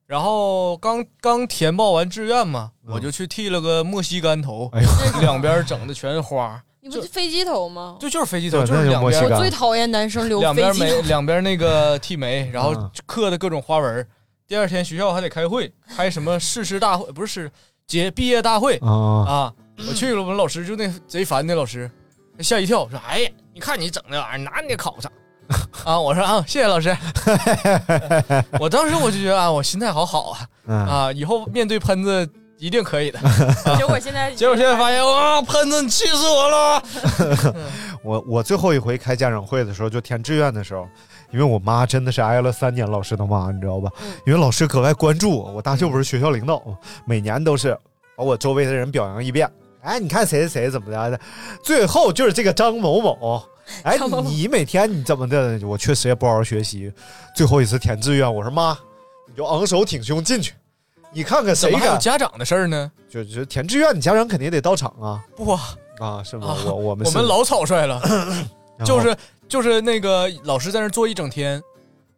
然后刚刚填报完志愿嘛，
嗯
我就去剃了个莫西干头，
哎
两边整的全是花，
你不是飞机头吗？
就就是飞机头，
对
就是
那就
两
墨西
边
哥
我最讨厌男生留
两
飞
边
机
眉，
头。
两边那个剃眉，然后
嗯
刻的各种花纹儿。第二天学校还得开会，开什么誓师大会，不是誓结毕业大会
啊
啊！我去了，我们老师就那贼烦那老师，吓一跳，说：“哎呀，你看你整那玩意儿，哪你也考不上啊！”我说：“啊，谢谢老师。我”当时我就觉得啊，我心态好好啊
嗯，
啊，以后面对喷子一定可以的。
结果现在
结果现在发现，哇，喷子你气死我了！
我我最后一回开家长会的时候，就填志愿的时候，因为我妈真的是挨了三年老师的骂，你知道吧？
嗯
因为老师格外关注我，我大舅不是学校领导嘛，每年都是把我周围的人表扬一遍。哎，你看谁谁谁怎么的的，最后就是这个张某 某。哎，你每天你怎么的？我确实也不好好学习。最后一次填志愿，我说妈，你就昂首挺胸进去，你看看
怎
谁
么还有
敢？
家长的事儿呢？
就就填志愿，你家长肯定得到场啊
不啊，
啊，是吗？
啊
我我们
我
是
们老草率了。
然后
就是就是那个老师在那儿坐一整天，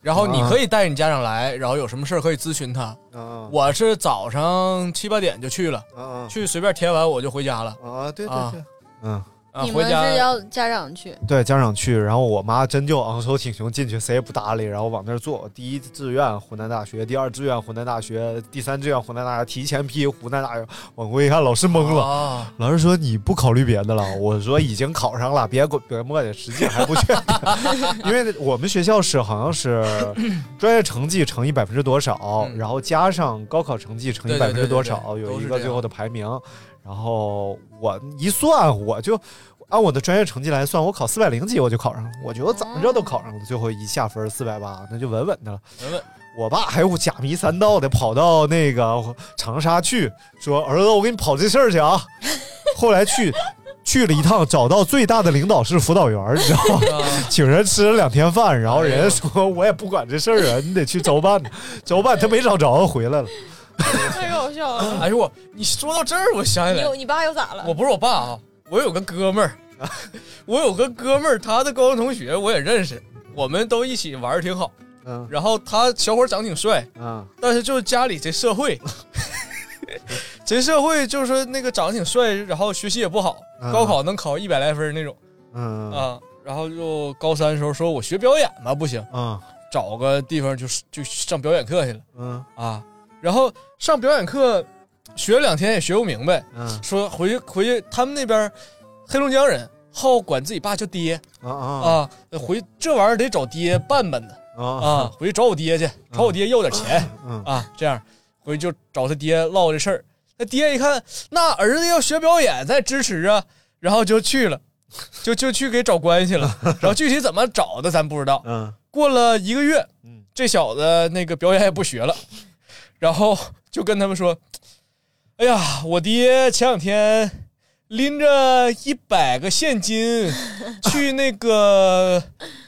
然后你
啊
可以带你家长来，然后有什么事儿可以咨询他。
啊
我是早上七八点就去了，
啊
去随便填完我就回家了
啊，对
啊，
嗯，
啊，
你
回
们是
家
要家长 去？
对，家长去，然后我妈真就昂首挺胸进去，谁也不搭理，然后往那儿坐。第一志愿湖南大学，第二志愿湖南大学，第三志愿湖南大学，提前批湖南大学。往回一看，老师懵了，
啊，
老师说你不考虑别的了？我说已经考上了，别管别磨叽，实际还不确定， 因为我们学校是好像是专业成绩乘以百分之多少，
嗯
然后加上高考成绩乘以
对
百
对
分
对
之
对
多少，
对
有
都
一
是
个最
这样
后的排名。然后我一算，我就按我的专业成绩来算，我考四百零几我就考上了，我觉得怎么着都考上了。最后一下分四百八，那就稳稳的了。
文文
我爸还有假迷三道的跑到那个长沙去，说儿子，我给你跑这事儿去啊。后来去去了一趟，找到最大的领导是辅导员儿，你知道吗？
啊
请人吃了两天饭，然后人
哎
家
呦
说我也不管这事儿啊，你得去找办，找办他没找着，回来了。
太搞笑了！
哎呦我，你说到这儿我想起
你
来
有，你爸又咋了？
我不是我爸啊，我有个哥们儿， 我有个哥们儿，他的高中同学我也认识，我们都一起玩儿挺好，
嗯
然后他小伙儿长挺帅，
嗯
但是就是家里这社会，这社会就是说那个长得挺帅，然后学习也不好，
嗯
高考能考一百来分那种
嗯
啊。然后就高三的时候说，我学表演吧，不行，
嗯
找个地方就是就上表演课去了
嗯
啊。然后上表演课学了两天也学不明白，
嗯
说回去回去他们那边黑龙江人好管自己爸叫爹
啊
啊，回这玩意儿得找爹办办的
啊啊
啊，回去找我爹去，找我爹要点钱。
嗯
啊，这样回去就找他爹唠这事儿。他爹一看，那儿子要学表演，再支持啊，然后就去了，就就去给找关系了。然后具体怎么找的咱不知道。
嗯
过了一个月
嗯，
这小子那个表演也不学了， 然后就跟他们说：“哎呀，我爹前两天拎着一百个 现金去那个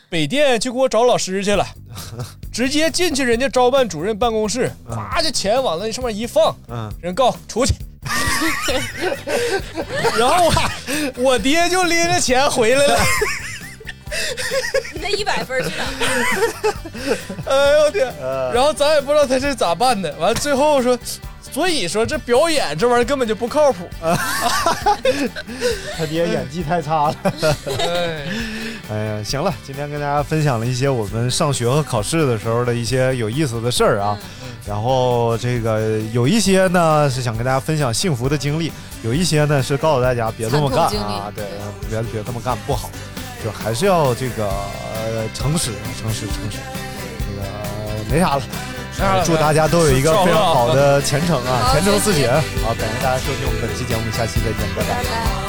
北电去给我找老师去了，直接进去人家招办主任办公室，咵就钱往那上面一放，
嗯
人告出 去。”然后我我爹就拎着钱回来了，
那一百分去哪？
哎呦我天！然后咱也不知道他是咋办的，完最后说，所以说这表演这玩意儿根本就不靠谱。
他爹演技太差了。
哎，
哎呀，行了，今天跟大家分享了一些我们上学和考试的时候的一些有意思的事儿啊，
嗯
然后这个有一些呢是想跟大家分享幸福的经历，有一些呢是告诉大家别这么干
惨痛经
啊
历，
对，别别这么干不好，就还是要这个、呃、诚实，诚实，诚实，这个呃没啥了。呃祝大家都有一个非常好的前程啊，
好
前程似
谢
锦。
谢
好，感谢大家收听我们本期节目，下期再见，拜拜。
拜拜。